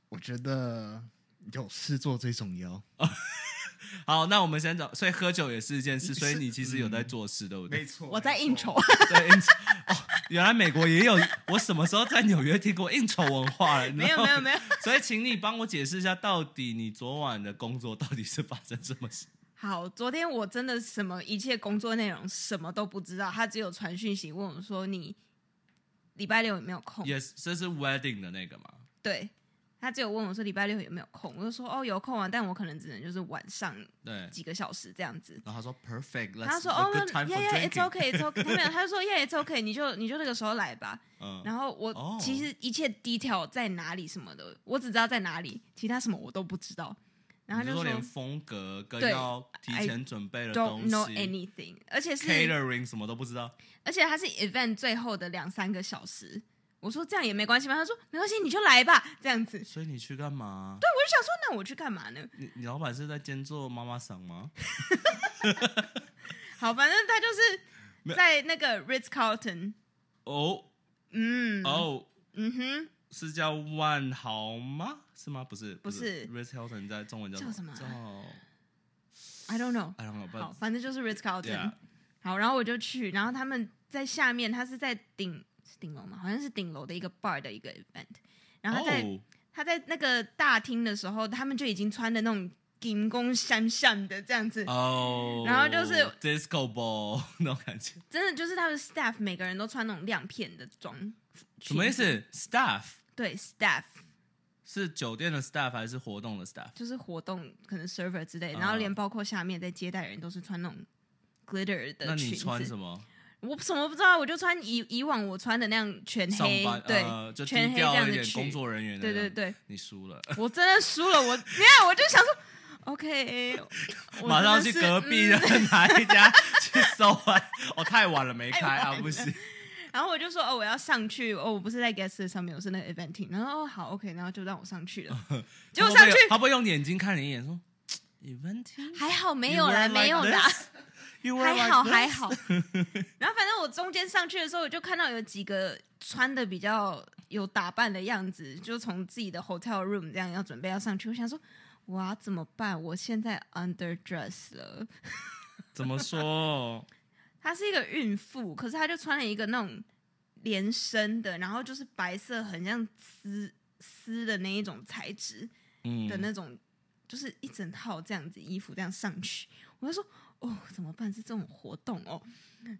Speaker 3: 我觉得有事做最重要，
Speaker 1: 好，那我们先找，所以喝酒也是一件事，
Speaker 3: 是
Speaker 1: 所以你其实有在做事，对不对？
Speaker 3: 错
Speaker 2: 我在应酬，
Speaker 1: 对，应酬哦，原来美国也有，我什么时候在纽约听过应酬文化了？你知
Speaker 2: 没有
Speaker 1: 道
Speaker 2: 没有
Speaker 1: 吗。
Speaker 2: 没有。
Speaker 1: 所以，请你帮我解释一下，到底你昨晚的工作到底是发生什么事？
Speaker 2: 好，昨天我真的什么一切工作内容什么都不知道，他只有传讯息问我说你礼拜六有没有空？
Speaker 1: 也是这是 wedding 的那个嘛？
Speaker 2: 对。他只有问我说礼拜六有没有空，我就说哦有空啊，但我可能只能就是晚上
Speaker 1: 对。
Speaker 2: 几个小时这样子。
Speaker 1: 然后他说 perfect，
Speaker 2: 他说
Speaker 1: let's-
Speaker 2: 哦
Speaker 1: a good time for
Speaker 2: yeah yeah it's
Speaker 1: drinking
Speaker 2: okay it's okay，他没有，他就说 yeah it's okay，你就你就那个时候来吧。
Speaker 1: 嗯
Speaker 2: 然后我、
Speaker 1: 哦
Speaker 2: 其实一切 detail 在哪里什么的，我只知道在哪里，其他什么我都不知道。然后
Speaker 1: 你
Speaker 2: 他
Speaker 1: 就说
Speaker 2: 就
Speaker 1: 连
Speaker 2: 说
Speaker 1: 风格跟
Speaker 2: 对
Speaker 1: 要提前准备的东
Speaker 2: don't
Speaker 1: 西
Speaker 2: know anything，而且是
Speaker 1: catering 什么都不知道，
Speaker 2: 而且他是 event 最后的两三个小时。我说这样也没关系吗？他说没关系，你就来吧，这样子。
Speaker 1: 所以你去干嘛？
Speaker 2: 我就想说，那我去干嘛呢？
Speaker 1: 你你老板是在兼做妈妈桑吗？
Speaker 2: 好，反正他就是
Speaker 1: 没有
Speaker 2: 在那个 Ritz Carlton，
Speaker 1: 哦
Speaker 2: 嗯，
Speaker 1: 哦，
Speaker 2: 嗯哼，
Speaker 1: 是叫万豪吗？是吗？不是，
Speaker 2: 不
Speaker 1: Ritz Hilton 在中文叫
Speaker 2: 叫什么
Speaker 1: 叫
Speaker 2: ，I don't know，
Speaker 1: I don't know，but-
Speaker 2: 好，反正就是 Ritz Carlton
Speaker 1: Yeah。
Speaker 2: 好，然后我就去，然后他们在下面，他是在顶是顶楼吗？好像是顶楼的一个 bar 的一个 event，然后他在、
Speaker 1: 哦
Speaker 2: 他在那个大厅的时候，他们就已经穿的那种金工闪闪的这样子，
Speaker 1: 哦，
Speaker 2: 然后就是
Speaker 1: disco ball 那种感 觉，
Speaker 2: 真的就是他的 staff 每个人都穿那种亮片的装，
Speaker 1: 什么意思？Staff
Speaker 2: 对 staff
Speaker 1: 是酒店的 staff 还是活动的 staff？
Speaker 2: 就是活动可能 server 之类，然后
Speaker 1: 啊
Speaker 2: 连包括下面在接待人都是穿那种 glitter 的
Speaker 1: 那
Speaker 2: 裙
Speaker 1: 你
Speaker 2: 子，
Speaker 1: 穿什么？
Speaker 2: 我什么不知道，我就穿以以往我穿的那样全
Speaker 1: 上
Speaker 2: 黑
Speaker 1: 班，
Speaker 2: 对，
Speaker 1: 呃、就低
Speaker 2: 全黑这
Speaker 1: 调
Speaker 2: 样
Speaker 1: 一
Speaker 2: 子
Speaker 1: 点
Speaker 2: 去，
Speaker 1: 工作人员的
Speaker 2: 对
Speaker 1: 那种。
Speaker 2: 对对，
Speaker 1: 你输了，
Speaker 2: 我真的输了，我你看我就想说，OK，我
Speaker 1: 马上
Speaker 2: 真
Speaker 1: 去
Speaker 2: 的是
Speaker 1: 隔壁
Speaker 2: 嗯
Speaker 1: 的 哪一家去搜啊！哦，太晚了，没
Speaker 2: 太
Speaker 1: 开
Speaker 2: 晚
Speaker 1: 啊，
Speaker 2: 了
Speaker 1: 不行。
Speaker 2: 然后我就说哦，我要上去哦，我不是在 guest list 上面，我是那个 event team。然后哦好 OK，然后就让我 上去了。结果上去
Speaker 1: 他不会用眼睛看你一眼说，Eventing
Speaker 2: 还好没有啦，没有啦， 还好还。好。然后反正我中间上去的时候，我就看到有几个穿的比较有打扮的样子，就从自己的 hotel room 这样要准备要上去。我想说，哇，怎么办？我现在 under dress 了。
Speaker 1: 怎么说？
Speaker 2: 她是一个孕妇，可是她就穿了一个那种连身的，然后就是白色，很像丝丝的那一种材质
Speaker 1: 嗯
Speaker 2: 的，那种，就是一整套这样子衣服这样上去，我就说哦，怎么办？是这种活动哦。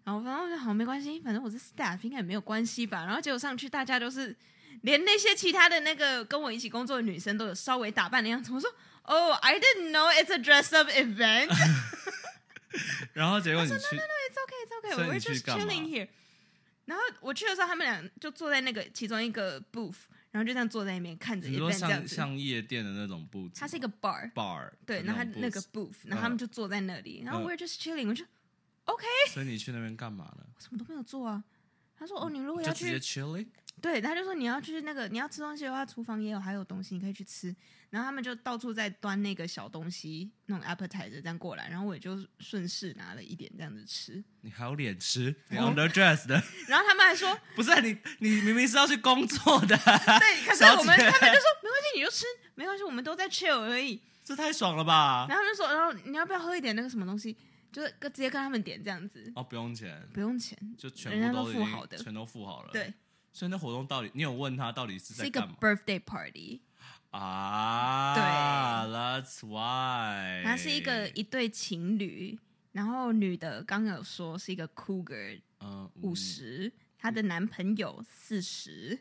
Speaker 2: 然后反正我就好没关系，反正我是 staff，应该也没有关系吧。然后结果上去，大家都是连那些其他的那个跟我一起工作的女生都有稍微打扮的样子。我说哦、i didn't know it's a dress up event 。
Speaker 1: 然后结
Speaker 2: 啊
Speaker 1: 果你去，
Speaker 2: It's okay, it's okay.
Speaker 1: 所以
Speaker 2: We're
Speaker 1: 你去
Speaker 2: just
Speaker 1: 干嘛
Speaker 2: chilling here. 然后我去的时候，他们俩就坐在那个其中一个 booth，然后就这样坐在那边看着
Speaker 1: 你说
Speaker 2: event 这样
Speaker 1: 像
Speaker 2: 子。
Speaker 1: 像夜店的那种布置，
Speaker 2: 它是一个 bar，
Speaker 1: bar，
Speaker 2: 对，然
Speaker 1: 那
Speaker 2: 后
Speaker 1: 种
Speaker 2: 它那个
Speaker 1: booth
Speaker 2: booth，然后他们
Speaker 1: 嗯
Speaker 2: 就坐在那里，然后
Speaker 1: 嗯
Speaker 2: we're just chilling，我就 OK，
Speaker 1: 所以你去那边干嘛呢？
Speaker 2: 我什么都没有做啊。他说：“哦，你如
Speaker 1: 嗯
Speaker 2: 果
Speaker 1: 就
Speaker 2: 要
Speaker 1: 直接
Speaker 2: 去，
Speaker 1: chilling，
Speaker 2: 对，他就说你要去那个，你要吃东西的话，厨房也有还有东西，你可以去吃。”然后他们就到处在端那个小东西，那种 appetizer 这样过来，然后我也就顺势拿了一点这样子吃。
Speaker 1: 你还有脸吃？你
Speaker 2: 哦
Speaker 1: underdress 的，
Speaker 2: 然后他们还说：“
Speaker 1: 不是你，你明明是要去工作的，
Speaker 2: 对，可是
Speaker 1: 小
Speaker 2: 我们
Speaker 1: 姐
Speaker 2: 他们就说没关系，你就吃，没关系，我们都在 chill 而已。
Speaker 1: 这太爽了吧？
Speaker 2: 然后他们就说，然后你要不要喝一点那个什么东西？就是跟直接跟他们点这样子，
Speaker 1: 哦，不用钱，
Speaker 2: 不用钱。
Speaker 1: 就全部已经
Speaker 2: 人家都付好的
Speaker 1: 全都付好了。
Speaker 2: 对，，
Speaker 1: 所以那活动到底，你有问他到底是
Speaker 2: 是
Speaker 1: 在
Speaker 2: 一个
Speaker 1: 干嘛
Speaker 2: birthday party，
Speaker 1: 啊？
Speaker 2: 对
Speaker 1: ，That's why。
Speaker 2: 它是一个一对情侣，然后女的刚刚有说是一个 cougar
Speaker 1: 嗯
Speaker 2: 五，十，她的男朋友四十。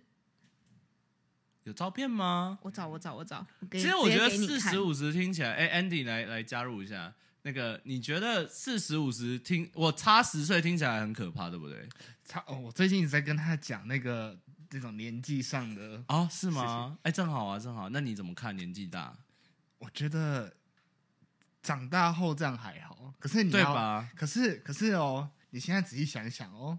Speaker 1: 有照片吗？
Speaker 2: 我找我找我找，我给
Speaker 1: 其实我觉得
Speaker 2: 直接给
Speaker 1: 四
Speaker 2: 你看
Speaker 1: 十五十听起来，哎，Andy 来来加入一下。那个，你觉得四十五十听我差十岁听起来很可怕，对不对？
Speaker 3: 他哦，我最近一直在跟他讲那个这种年纪上的，
Speaker 1: 哦，是吗？哎，正好啊，正好。那你怎么看年纪大，
Speaker 3: 我觉得长大后这样还好，可是你
Speaker 1: 对
Speaker 3: 要？
Speaker 1: 吧？
Speaker 3: 可是可是哦，你现在仔细想想哦，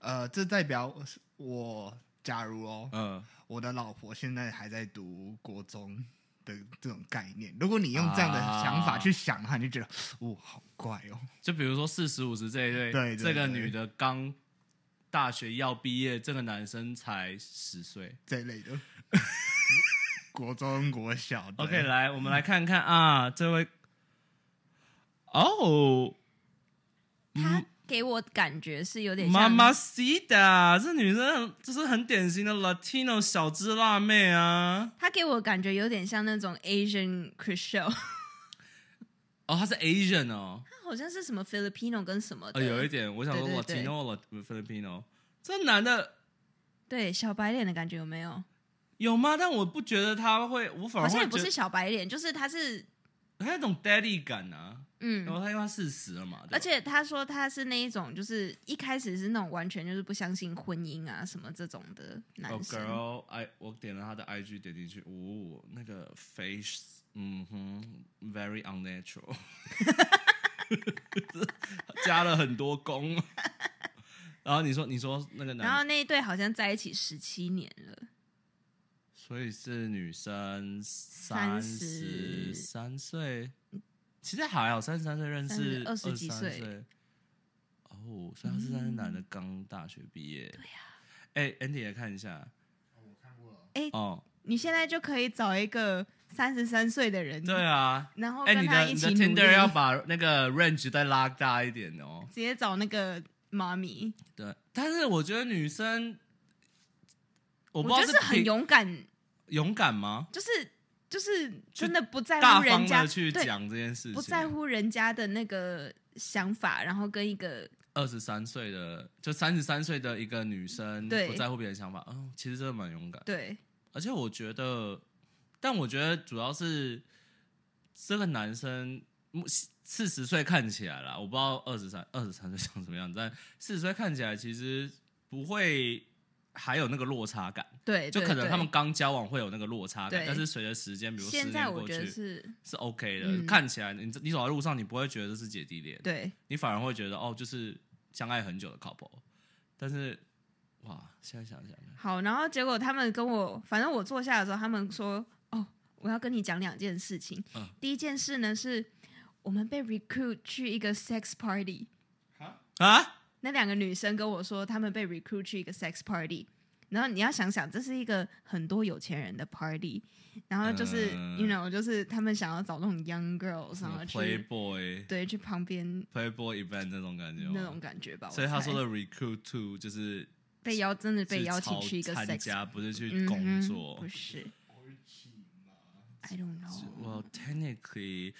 Speaker 3: 呃，这代表我假如哦，
Speaker 1: 嗯，
Speaker 3: 我的老婆现在还在读国中的这种概念，如果你用这样的
Speaker 1: 啊
Speaker 3: 想法去想的话，你就觉得哦，好怪哦。
Speaker 1: 就比如说四十五十这一对，
Speaker 3: 对对
Speaker 1: 这个
Speaker 3: 对
Speaker 1: 女的刚大学要毕业，这个男生才十岁。
Speaker 3: 这类的， 国中、国小。对
Speaker 1: OK，来，我们来看看啊，这位哦，
Speaker 2: 她给我感觉是有点
Speaker 1: 妈
Speaker 2: 像
Speaker 1: 妈 C 的，这女生就是很典型的 Latino 小资辣妹啊。
Speaker 2: 她给我感觉有点像那种 Asian Chriselle。
Speaker 1: 哦，她是 Asian 哦，
Speaker 2: 好像是什么 Filipino 跟什么的，
Speaker 1: 呃，有一点，我想说
Speaker 2: 对对对
Speaker 1: Latino Filipino，这男的
Speaker 2: 对小白脸的感觉有没有？有
Speaker 1: 有吗？但我不觉得他会，哦我反
Speaker 2: 好
Speaker 1: 而
Speaker 2: 像
Speaker 1: 会
Speaker 2: 也不
Speaker 1: 觉
Speaker 2: 是
Speaker 1: 得
Speaker 2: 小白脸，就是他是
Speaker 1: 他有一种 daddy 感啊。然后
Speaker 2: 嗯，
Speaker 1: 他因为他四十了嘛，对吧
Speaker 2: 而且他说他是那一种，就是一开始是那种完全就是不相信婚姻啊什么这种的男生。
Speaker 1: 哦、girl，I 我点了他的 IG 点进去，哦，那个 face，嗯哼，very unnatural，加了很多功。然后你说你说那个
Speaker 2: 然后
Speaker 1: 男，
Speaker 2: 那一对好像在一起十七年了，
Speaker 1: 所以是女生三
Speaker 2: 三
Speaker 1: 十
Speaker 2: 十
Speaker 1: 三岁，其实还好，三十三岁认识
Speaker 2: 三十二十几
Speaker 1: 23
Speaker 2: 岁
Speaker 1: 岁。哦，哦，所以他是在男的刚大学毕业。
Speaker 2: 嗯
Speaker 1: 对呀、
Speaker 2: 啊
Speaker 1: 哎、a n d y 来看一下
Speaker 3: 我看过了，
Speaker 1: 哦。
Speaker 2: 你现在就可以找一个三十三岁的人，
Speaker 1: 对啊，
Speaker 2: 然后
Speaker 1: 哎、
Speaker 2: 哦跟
Speaker 1: 你
Speaker 2: 他
Speaker 1: 的
Speaker 2: 一
Speaker 1: 你
Speaker 2: 起
Speaker 1: 的
Speaker 2: 努力
Speaker 1: Tinder 要把那个 range 再拉大一点哦。
Speaker 2: 直接找那个妈咪，
Speaker 1: 对，但是我觉得女生，我
Speaker 2: 我
Speaker 1: 不知道
Speaker 2: 觉得是
Speaker 1: 凭
Speaker 2: 很勇敢，
Speaker 1: 勇敢吗？
Speaker 2: 就是就是真的不在
Speaker 1: 大
Speaker 2: 乎
Speaker 1: 方
Speaker 2: 人家
Speaker 1: 的去
Speaker 2: 对
Speaker 1: 讲这件事情，
Speaker 2: 不在乎人家的那个想法，然后跟一个
Speaker 1: 二十三岁的，就三十三岁的一个女生，
Speaker 2: 对
Speaker 1: 不在乎别人想法，嗯、其实真的蛮勇敢。
Speaker 2: 对
Speaker 1: 而且我觉得，但我觉得主要是这个男生四十岁看起来啦，我不知道二十三二十三岁长什么样子，但四十岁看起来其实不会还有那个落差感，
Speaker 2: 对，
Speaker 1: 就可能
Speaker 2: 对
Speaker 1: 他们刚交往会有那个落差感，
Speaker 2: 对
Speaker 1: 但是随着时间，比如十
Speaker 2: 现在
Speaker 1: 年
Speaker 2: 我
Speaker 1: 过
Speaker 2: 觉得
Speaker 1: 去。
Speaker 2: 是
Speaker 1: 是 OK 的，
Speaker 2: 嗯
Speaker 1: 看起来你你走在路上，你不会觉得这是姐弟恋，
Speaker 2: 对
Speaker 1: 你反而会觉得哦，就是相爱很久的 couple。但是，哇，现在想想，
Speaker 2: 好，然后结果他们跟我，反正我坐下的时候，他们说哦，我要跟你讲两件事情，
Speaker 1: 嗯
Speaker 2: 第一件事呢是我们被 recruit 去一个 sex party，
Speaker 1: 啊，
Speaker 2: 那两个女生跟我说，她们被 recruit 去一个 sex party。然后你要想想，这是一个很多有钱人的 party，然后就是、
Speaker 1: 嗯
Speaker 2: you know，就是他们想要找那种 young girls，
Speaker 1: 什
Speaker 2: 然
Speaker 1: 么
Speaker 2: 后去
Speaker 1: Playboy
Speaker 2: 对去旁边
Speaker 1: Playboy event 那种感觉吗，
Speaker 2: 那种感觉吧。
Speaker 1: 啊所以他
Speaker 2: 我猜
Speaker 1: 说的 recruit to 就是
Speaker 2: 被邀真的
Speaker 1: 是
Speaker 2: 被邀请
Speaker 1: 朝
Speaker 2: 去一个
Speaker 1: 参
Speaker 2: sex
Speaker 1: 加，不是去
Speaker 2: 嗯
Speaker 1: 工
Speaker 2: 哼
Speaker 1: 作
Speaker 2: 不。是
Speaker 3: 我是起嘛，
Speaker 2: I don't know。
Speaker 1: Well, technically,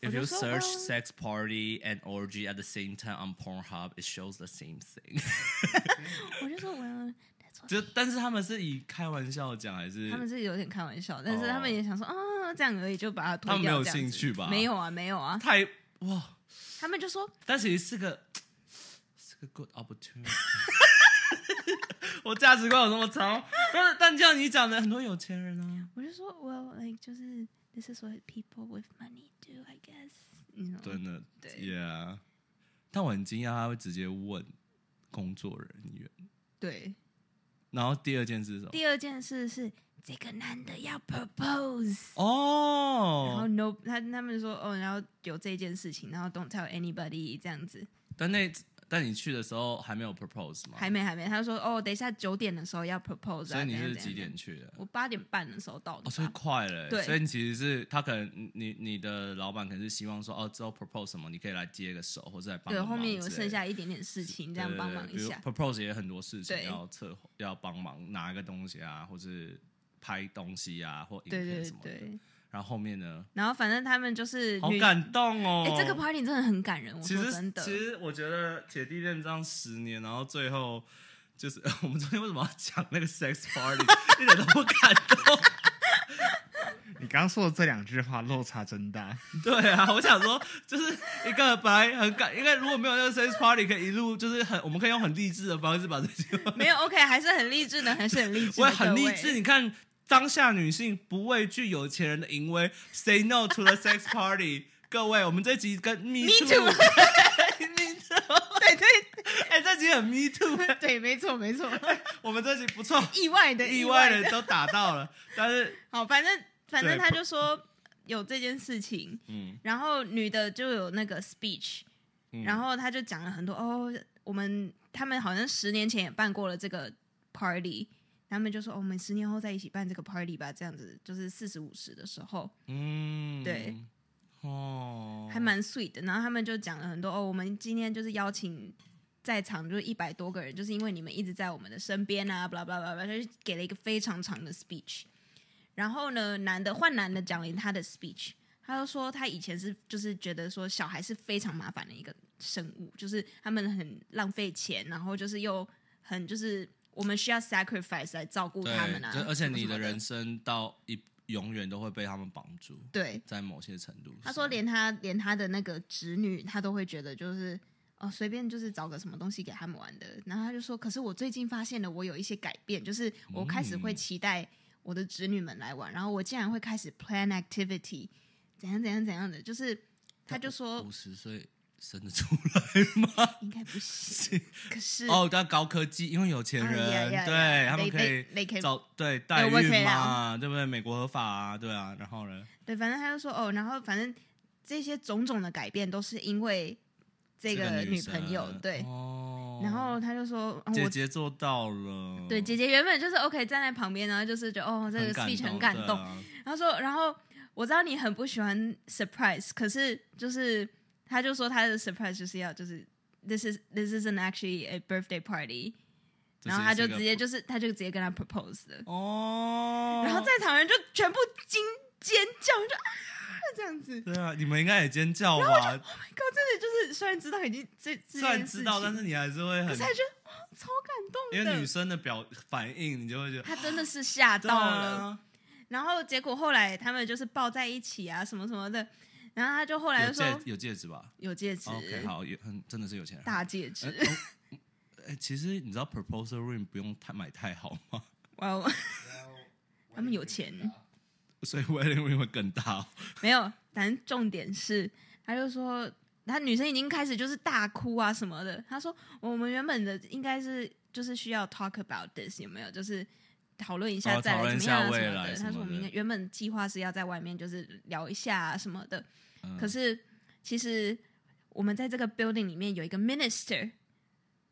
Speaker 1: if
Speaker 2: 我就
Speaker 1: you
Speaker 2: 说
Speaker 1: search
Speaker 2: well-
Speaker 1: sex party and orgy at the same time on Pornhub, it shows the same thing.
Speaker 2: 我就说我要。
Speaker 1: 就但是他们是以开玩笑讲还是
Speaker 2: 他们是有点开玩笑，但是
Speaker 1: 哦
Speaker 2: 他们也想说，哦，这样而已，就把它推掉。
Speaker 1: 他们没有
Speaker 2: 这样子
Speaker 1: 兴趣吧
Speaker 2: 没有啊，没有啊。
Speaker 1: 太哇？
Speaker 2: 他们就说，
Speaker 1: 但其实是个是个 good opportunity。我价值观有那么长，但是但这样你讲的很多有钱人啊，
Speaker 2: 我就说，Well, like 就是 this is what people with money do, I guess. 你 o
Speaker 1: 真的，
Speaker 2: 对
Speaker 1: y e a h 但我很惊讶他会直接问工作人员。
Speaker 2: 对。
Speaker 1: 然后第二件事是什么？
Speaker 2: 第二件事是这个男的要 propose，、然后
Speaker 1: 哦，
Speaker 2: no，他他们说，哦，然后有这件事情，然后 don't tell anybody 这样子，
Speaker 1: 但那但你去的时候还没有 propose 吗？
Speaker 2: 还没还没，他说，哦，等一下九点的时候要 propose，、啊、
Speaker 1: 所以你
Speaker 2: 怎
Speaker 1: 是
Speaker 2: 样
Speaker 1: 几？
Speaker 2: 怎
Speaker 1: 点
Speaker 2: 样
Speaker 1: 去的？
Speaker 2: 我八点半的时候到的吧、
Speaker 1: 哦，所以快了欸、
Speaker 2: 对
Speaker 1: 所以你其实是他可能你你你的老板可能是希望说哦，之后 propose 什么，你可以来接个手或者来帮个
Speaker 2: 对，
Speaker 1: 忙
Speaker 2: 后面有
Speaker 1: 之类
Speaker 2: 剩
Speaker 1: 的
Speaker 2: 下一点点事情，这样
Speaker 1: 对对
Speaker 2: 帮
Speaker 1: 对
Speaker 2: 忙一
Speaker 1: 比如
Speaker 2: 下。
Speaker 1: propose 也有很多事情
Speaker 2: 对
Speaker 1: 要策划要帮忙拿一个东西啊，或是拍东西啊，或影
Speaker 2: 对
Speaker 1: 片
Speaker 2: 对
Speaker 1: 什么的。
Speaker 2: 对，
Speaker 1: 然后后面呢？
Speaker 2: 然后反正他们就是
Speaker 1: 好
Speaker 2: 女，
Speaker 1: 感动哦！
Speaker 2: 哎、这个 party 真的很感人，我
Speaker 1: 其
Speaker 2: 说
Speaker 1: 实
Speaker 2: 真的
Speaker 1: 其。实我觉得姐弟恋这样十年，然后最后就是 我们昨天为什么要讲那个 sex party，一点都不感动。
Speaker 3: 你刚刚说的这两句话落差真大，
Speaker 1: 对啊，我想说，就是一个本来很感，因为如果没有那个 sex party，可以一路就是很，我们可以用很励志的方式把这些话。
Speaker 2: 没有 OK，还是很励志的，还是很励志的。
Speaker 1: 我也很
Speaker 2: 各
Speaker 1: 励
Speaker 2: 位
Speaker 1: 志。你看，当下女性不畏惧有钱人的淫威，say no to the sex party。各位，我们这集跟 me
Speaker 2: Me
Speaker 1: too，
Speaker 2: too 对对
Speaker 1: 哎、这集很 me too，
Speaker 2: 对对，没错没错，
Speaker 1: 我们这集不错，
Speaker 2: 意外 的
Speaker 1: 意
Speaker 2: 外
Speaker 1: 外的。都打到 了，但是
Speaker 2: 好，反正反正
Speaker 1: 对
Speaker 2: 他就说有这件事情，
Speaker 1: 嗯，
Speaker 2: 然后女的就有那个 speech，、
Speaker 1: 嗯
Speaker 2: 然后他就讲了很多哦，我们他们好像十年前也办过了这个 party，他们就说、哦、我们十年后再一起办这个 party 吧，这样子就是四十五十的时候
Speaker 1: 嗯，
Speaker 2: 对，
Speaker 1: 哦，
Speaker 2: 还蛮 sweet 的。然后他们就讲了很多哦，我们今天就是邀请。在场就是一百多个人，就是因为你们一直在我们的身边啊，巴拉巴拉巴拉，他就给了一个非常长的 speech。然后呢，男的换男的讲了他的 speech，他就说他以前是就是觉得说小孩是非常麻烦的一个生物，就是他们很浪费钱，然后就是又很就是我们需要 sacrifice 来照顾
Speaker 1: 对
Speaker 2: 他们啊，
Speaker 1: 就而且你
Speaker 2: 什么什么
Speaker 1: 的
Speaker 2: 的
Speaker 1: 人生到一永远都会被他们绑住，
Speaker 2: 对，
Speaker 1: 在某些程度上。
Speaker 2: 他说连他连他的那个侄女，他都会觉得就是哦，随便就是找个什么东西给他们玩的。然后他就说，可是我最近发现了，我有一些改变，就是我开始
Speaker 1: 嗯
Speaker 2: 会期待我的侄女们来玩，然后我竟然会开始 plan activity，怎样怎样怎样的，就是他就说
Speaker 1: 五十岁生得出来 吗？
Speaker 2: 应该不行，可是
Speaker 1: 哦，但高科技，因为有钱
Speaker 2: 啊
Speaker 1: 人，
Speaker 2: ，yeah，yeah，
Speaker 1: 对
Speaker 2: yeah，
Speaker 1: 他们
Speaker 2: they-
Speaker 1: 可以
Speaker 2: they- they can-
Speaker 1: 找对代
Speaker 2: work it
Speaker 1: 孕嘛，对不对？美国合法啊，对啊。然后呢，
Speaker 2: 对，反正他就说哦，然后反正这些种种的改变都是因为这个
Speaker 1: 女
Speaker 2: 女朋友，
Speaker 1: 生
Speaker 2: 对。
Speaker 1: 哦
Speaker 2: 然后他就说，哦、
Speaker 1: 姐
Speaker 2: 我
Speaker 1: 姐做到了，
Speaker 2: 对姐姐原本就是 OK 站在旁边，然后就是觉得哦这个
Speaker 1: 嗯很感
Speaker 2: speech
Speaker 1: 动，
Speaker 2: 很感
Speaker 1: 对
Speaker 2: 动，
Speaker 1: 啊
Speaker 2: 他说，然后我知道你很不喜欢 surprise，可是就是他就说他的 surprise 就是要就是 this is this isn't actually a birthday party，
Speaker 1: 这
Speaker 2: 然后他
Speaker 1: 是
Speaker 2: 就
Speaker 1: 一个
Speaker 2: 直接就是他就直接跟他 propose 的，
Speaker 1: 哦，
Speaker 2: 然后在场人就全部惊尖叫，就啊这样子。
Speaker 1: 对啊，你们应该也尖叫吧？
Speaker 2: 哥真的就是虽然知道已经这
Speaker 1: 虽然知道，但是
Speaker 2: 是
Speaker 1: 你还是会
Speaker 2: 可
Speaker 1: 很
Speaker 2: 是，还觉得哇超感动的，
Speaker 1: 因为女生的表反应，你就会觉得
Speaker 2: 他真的是吓
Speaker 1: 对啊
Speaker 2: 到了。然后结果后来他们就是抱在一起啊，什么什么的。然后他就后来
Speaker 1: 有
Speaker 2: 就说
Speaker 1: 戒有戒指吧
Speaker 2: 有戒指，呃
Speaker 1: ？OK，好，有很真的是有钱人。
Speaker 2: 大戒指
Speaker 1: 哎。哦哎，其实你知道 proposal ring 不用太买太好吗？
Speaker 2: 哇哦，他们有钱，
Speaker 1: 所以 wedding ring 会更大哦。
Speaker 2: 没有，但重点是，他就说他女生已经开始就是大哭啊什么的。他说我们原本的应该是就是需要 talk about this 有没有，就是讨论一下
Speaker 1: 哦
Speaker 2: 再
Speaker 1: 讨
Speaker 2: 来
Speaker 1: 论
Speaker 2: 怎么样啊
Speaker 1: 一下
Speaker 2: 什
Speaker 1: 未
Speaker 2: 么
Speaker 1: 来
Speaker 2: 的。
Speaker 1: 什
Speaker 2: 他
Speaker 1: 么
Speaker 2: 说我们
Speaker 1: 的
Speaker 2: 应该原本计划是要在外面就是聊一下啊什么的，
Speaker 1: 嗯
Speaker 2: 可是其实我们在这个 building 里面有一个 minister，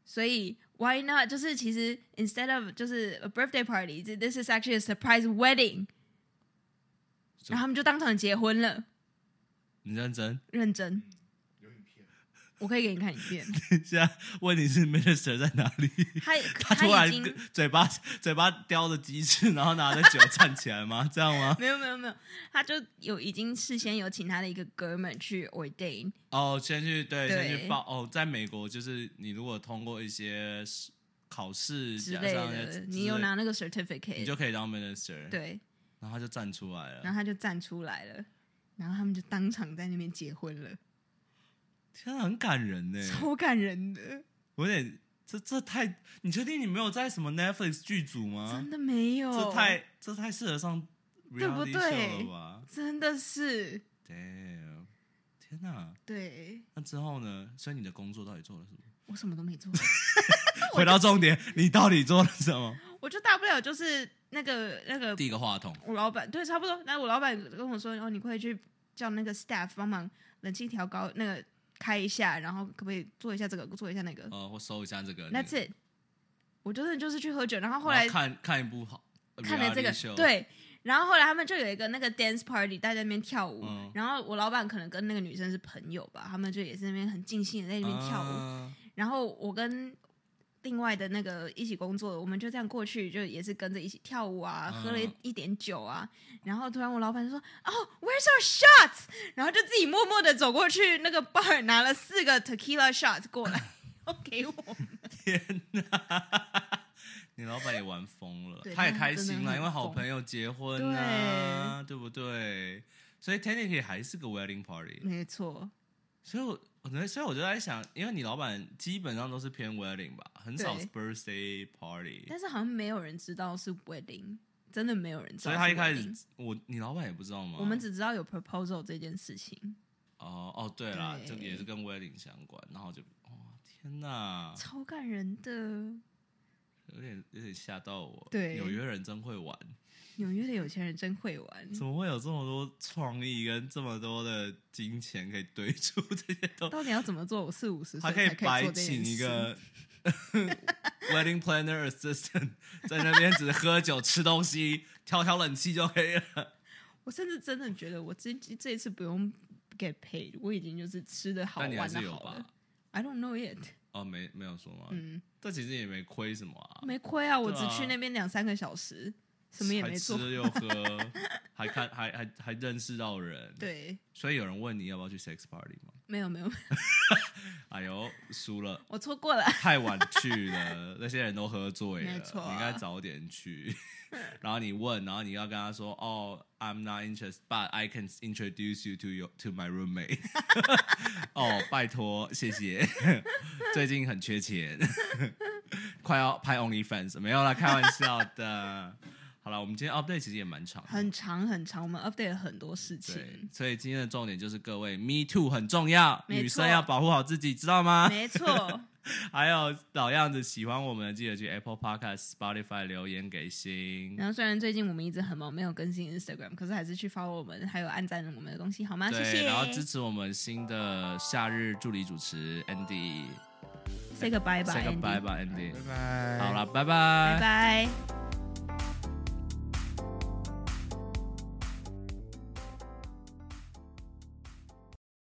Speaker 2: 所以 why not？就是其实 instead of 就是 a birthday party，this is actually a surprise wedding。
Speaker 1: So-
Speaker 2: 然后他们就当场结婚了，
Speaker 1: 你认真？
Speaker 2: 认真。我可以给你看影片，
Speaker 1: 现在问题是 minister 在哪里？
Speaker 2: 他
Speaker 1: 他突然
Speaker 2: 已经
Speaker 1: 跟嘴巴嘴巴叼着鸡翅，然后拿着酒站起来吗？这样吗？
Speaker 2: 没有没有没有，他就有已经事先有请他的一个哥们去 ordain，
Speaker 1: 哦，先去对，
Speaker 2: 对
Speaker 1: 先去报哦。在美国，就是你如果通过一些考试
Speaker 2: 之
Speaker 1: 加
Speaker 2: 类
Speaker 1: 上一些
Speaker 2: 的，
Speaker 1: 之
Speaker 2: 你有
Speaker 1: 类
Speaker 2: 拿那个
Speaker 1: 你
Speaker 2: certificate，
Speaker 1: 就可嗯以当 minister。，
Speaker 2: 对，
Speaker 1: 然后他就站出来
Speaker 2: 然
Speaker 1: 了。
Speaker 2: 后他就站出来了，然
Speaker 1: 嗯
Speaker 2: 后他们就当场在那边结婚了，
Speaker 1: 天啊，很感人呢。
Speaker 2: 超感人的，
Speaker 1: 我有点，这这太，你确定你没有在什么 Netflix 剧组吗
Speaker 2: 真？的没有，
Speaker 1: 啊这太这太适合上
Speaker 2: 对不
Speaker 1: reality
Speaker 2: 对
Speaker 1: show 了吧
Speaker 2: 真的是
Speaker 1: ？Damn，天哪！
Speaker 2: 对
Speaker 1: 那之后呢？所以你的工作到底做了什么？
Speaker 2: 我什么都没做，
Speaker 1: 回到重点，你到底做了什么？
Speaker 2: 我就大不了就是那个那个
Speaker 1: 第一个话筒，
Speaker 2: 我老板对，差不多。那我老板跟我说，哦，你可以去叫那个 staff 帮忙冷气调高，那个开一下，然后可不可以做一下这个，做一下那个。
Speaker 1: 呃，我搜一下这个。那
Speaker 2: That's it。我就是就是去喝酒，然后后
Speaker 1: 然
Speaker 2: 来
Speaker 1: 看看一部好，
Speaker 2: 看了这个
Speaker 1: reality show，
Speaker 2: 对，然后后来他们就有一个那个 dance party，大家在那边跳舞。
Speaker 1: 嗯
Speaker 2: 然后我老板可能跟那个女生是朋友吧，他们就也是那边很尽兴的在那边跳舞。
Speaker 1: 啊
Speaker 2: 然后我跟另外的那个一起工作的，我们就这样过去，就也是跟着一起跳舞啊，
Speaker 1: 嗯
Speaker 2: 喝了一一点酒啊。然后突然我老板就说：“哦、w h e r e s our shots？” 然后就自己默默的走过去那个 bar 拿了四个 tequila shot 过来，然后给我。
Speaker 1: 天哪！你老板也玩疯了
Speaker 2: 对，
Speaker 1: 他也
Speaker 2: 他
Speaker 1: 开
Speaker 2: 真的
Speaker 1: 心了，
Speaker 2: 很
Speaker 1: 因为好
Speaker 2: 疯
Speaker 1: 朋友结婚啊，对不对？所以 technically 还是个 wedding party，
Speaker 2: 没错，
Speaker 1: 所以我我觉得，所以我就在想，因为你老板基本上都是偏 wedding 吧，很少
Speaker 2: 对
Speaker 1: birthday party，
Speaker 2: 但是好像没有人知道是 wedding，真的没有人知道
Speaker 1: 所
Speaker 2: 是 wedding。
Speaker 1: 以他一开始我你老板也不知道吗？
Speaker 2: 我们只知道有 proposal 这件事情，
Speaker 1: 哦哦对啦，这
Speaker 2: 对
Speaker 1: 个也是跟 wedding 相关，然后就哦天哪，
Speaker 2: 超感人的。
Speaker 1: 有点有点吓到我。
Speaker 2: 对
Speaker 1: 纽约人真会玩，
Speaker 2: 纽约的有钱人真会玩，
Speaker 1: 怎么会有这么多创意跟这么多的金钱可以堆出这些 东西？
Speaker 2: 到底要怎么做？我四五十岁
Speaker 1: 还
Speaker 2: 才
Speaker 1: 以
Speaker 2: 以
Speaker 1: 白
Speaker 2: 做这
Speaker 1: 请
Speaker 2: 件
Speaker 1: 一
Speaker 2: 事
Speaker 1: 个 wedding planner assistant 在那边只喝酒吃东西调调冷气就可以了。
Speaker 2: 我甚至真的觉得我这这一次不用 get paid，我已经就是吃的好
Speaker 1: 但你还
Speaker 2: 玩
Speaker 1: 是
Speaker 2: 的
Speaker 1: 有
Speaker 2: 好了
Speaker 1: 吧。？
Speaker 2: I don't know yet，
Speaker 1: 哦，没没有说嘛，
Speaker 2: 嗯，
Speaker 1: 这其实也没亏什么啊，
Speaker 2: 没亏啊，我只
Speaker 1: 对啊
Speaker 2: 去那边两三个小时，什么也
Speaker 1: 还
Speaker 2: 没做。
Speaker 1: 吃又喝， 还看还还还认识到人。，
Speaker 2: 对，
Speaker 1: 所以有人问你要不要去 sex party 吗？
Speaker 2: 没有没有，
Speaker 1: 哎呦，输了。
Speaker 2: 我错过了。
Speaker 1: 太晚去了，那些人都喝醉了，
Speaker 2: 没错
Speaker 1: 你应该早点去。 然后你问，然后你要跟他说，哦、i m not interested, but I can introduce you to your to my roommate 。 哦，拜托，谢谢， 最近很缺钱， 快要拍 OnlyFans 没有啦，开玩笑的。 好了，我们今天 update 其实也蛮长的，
Speaker 2: 很长很长，我们 update 了很多事
Speaker 1: 对
Speaker 2: 情，，
Speaker 1: 所以今天的重点就是各位，Me Too 很重要，
Speaker 2: 没错
Speaker 1: 女生要保护好自己，知道吗？
Speaker 2: 没错，
Speaker 1: 还有老样子，喜欢我们的记得去 Apple Podcast、Spotify 留言给星。
Speaker 2: 然后虽然最近我们一直很忙，没有更新 Instagram，可是还是去 follow 我们，还有按赞我们的东西，好吗？谢
Speaker 1: 对，
Speaker 2: 谢。
Speaker 1: 然后支持我们新的夏日助理主持 Andy，
Speaker 2: say 个拜拜，
Speaker 1: say 个拜
Speaker 2: Andy，
Speaker 1: 拜 Andy，
Speaker 3: 拜拜。
Speaker 1: 好了，拜
Speaker 2: 拜拜。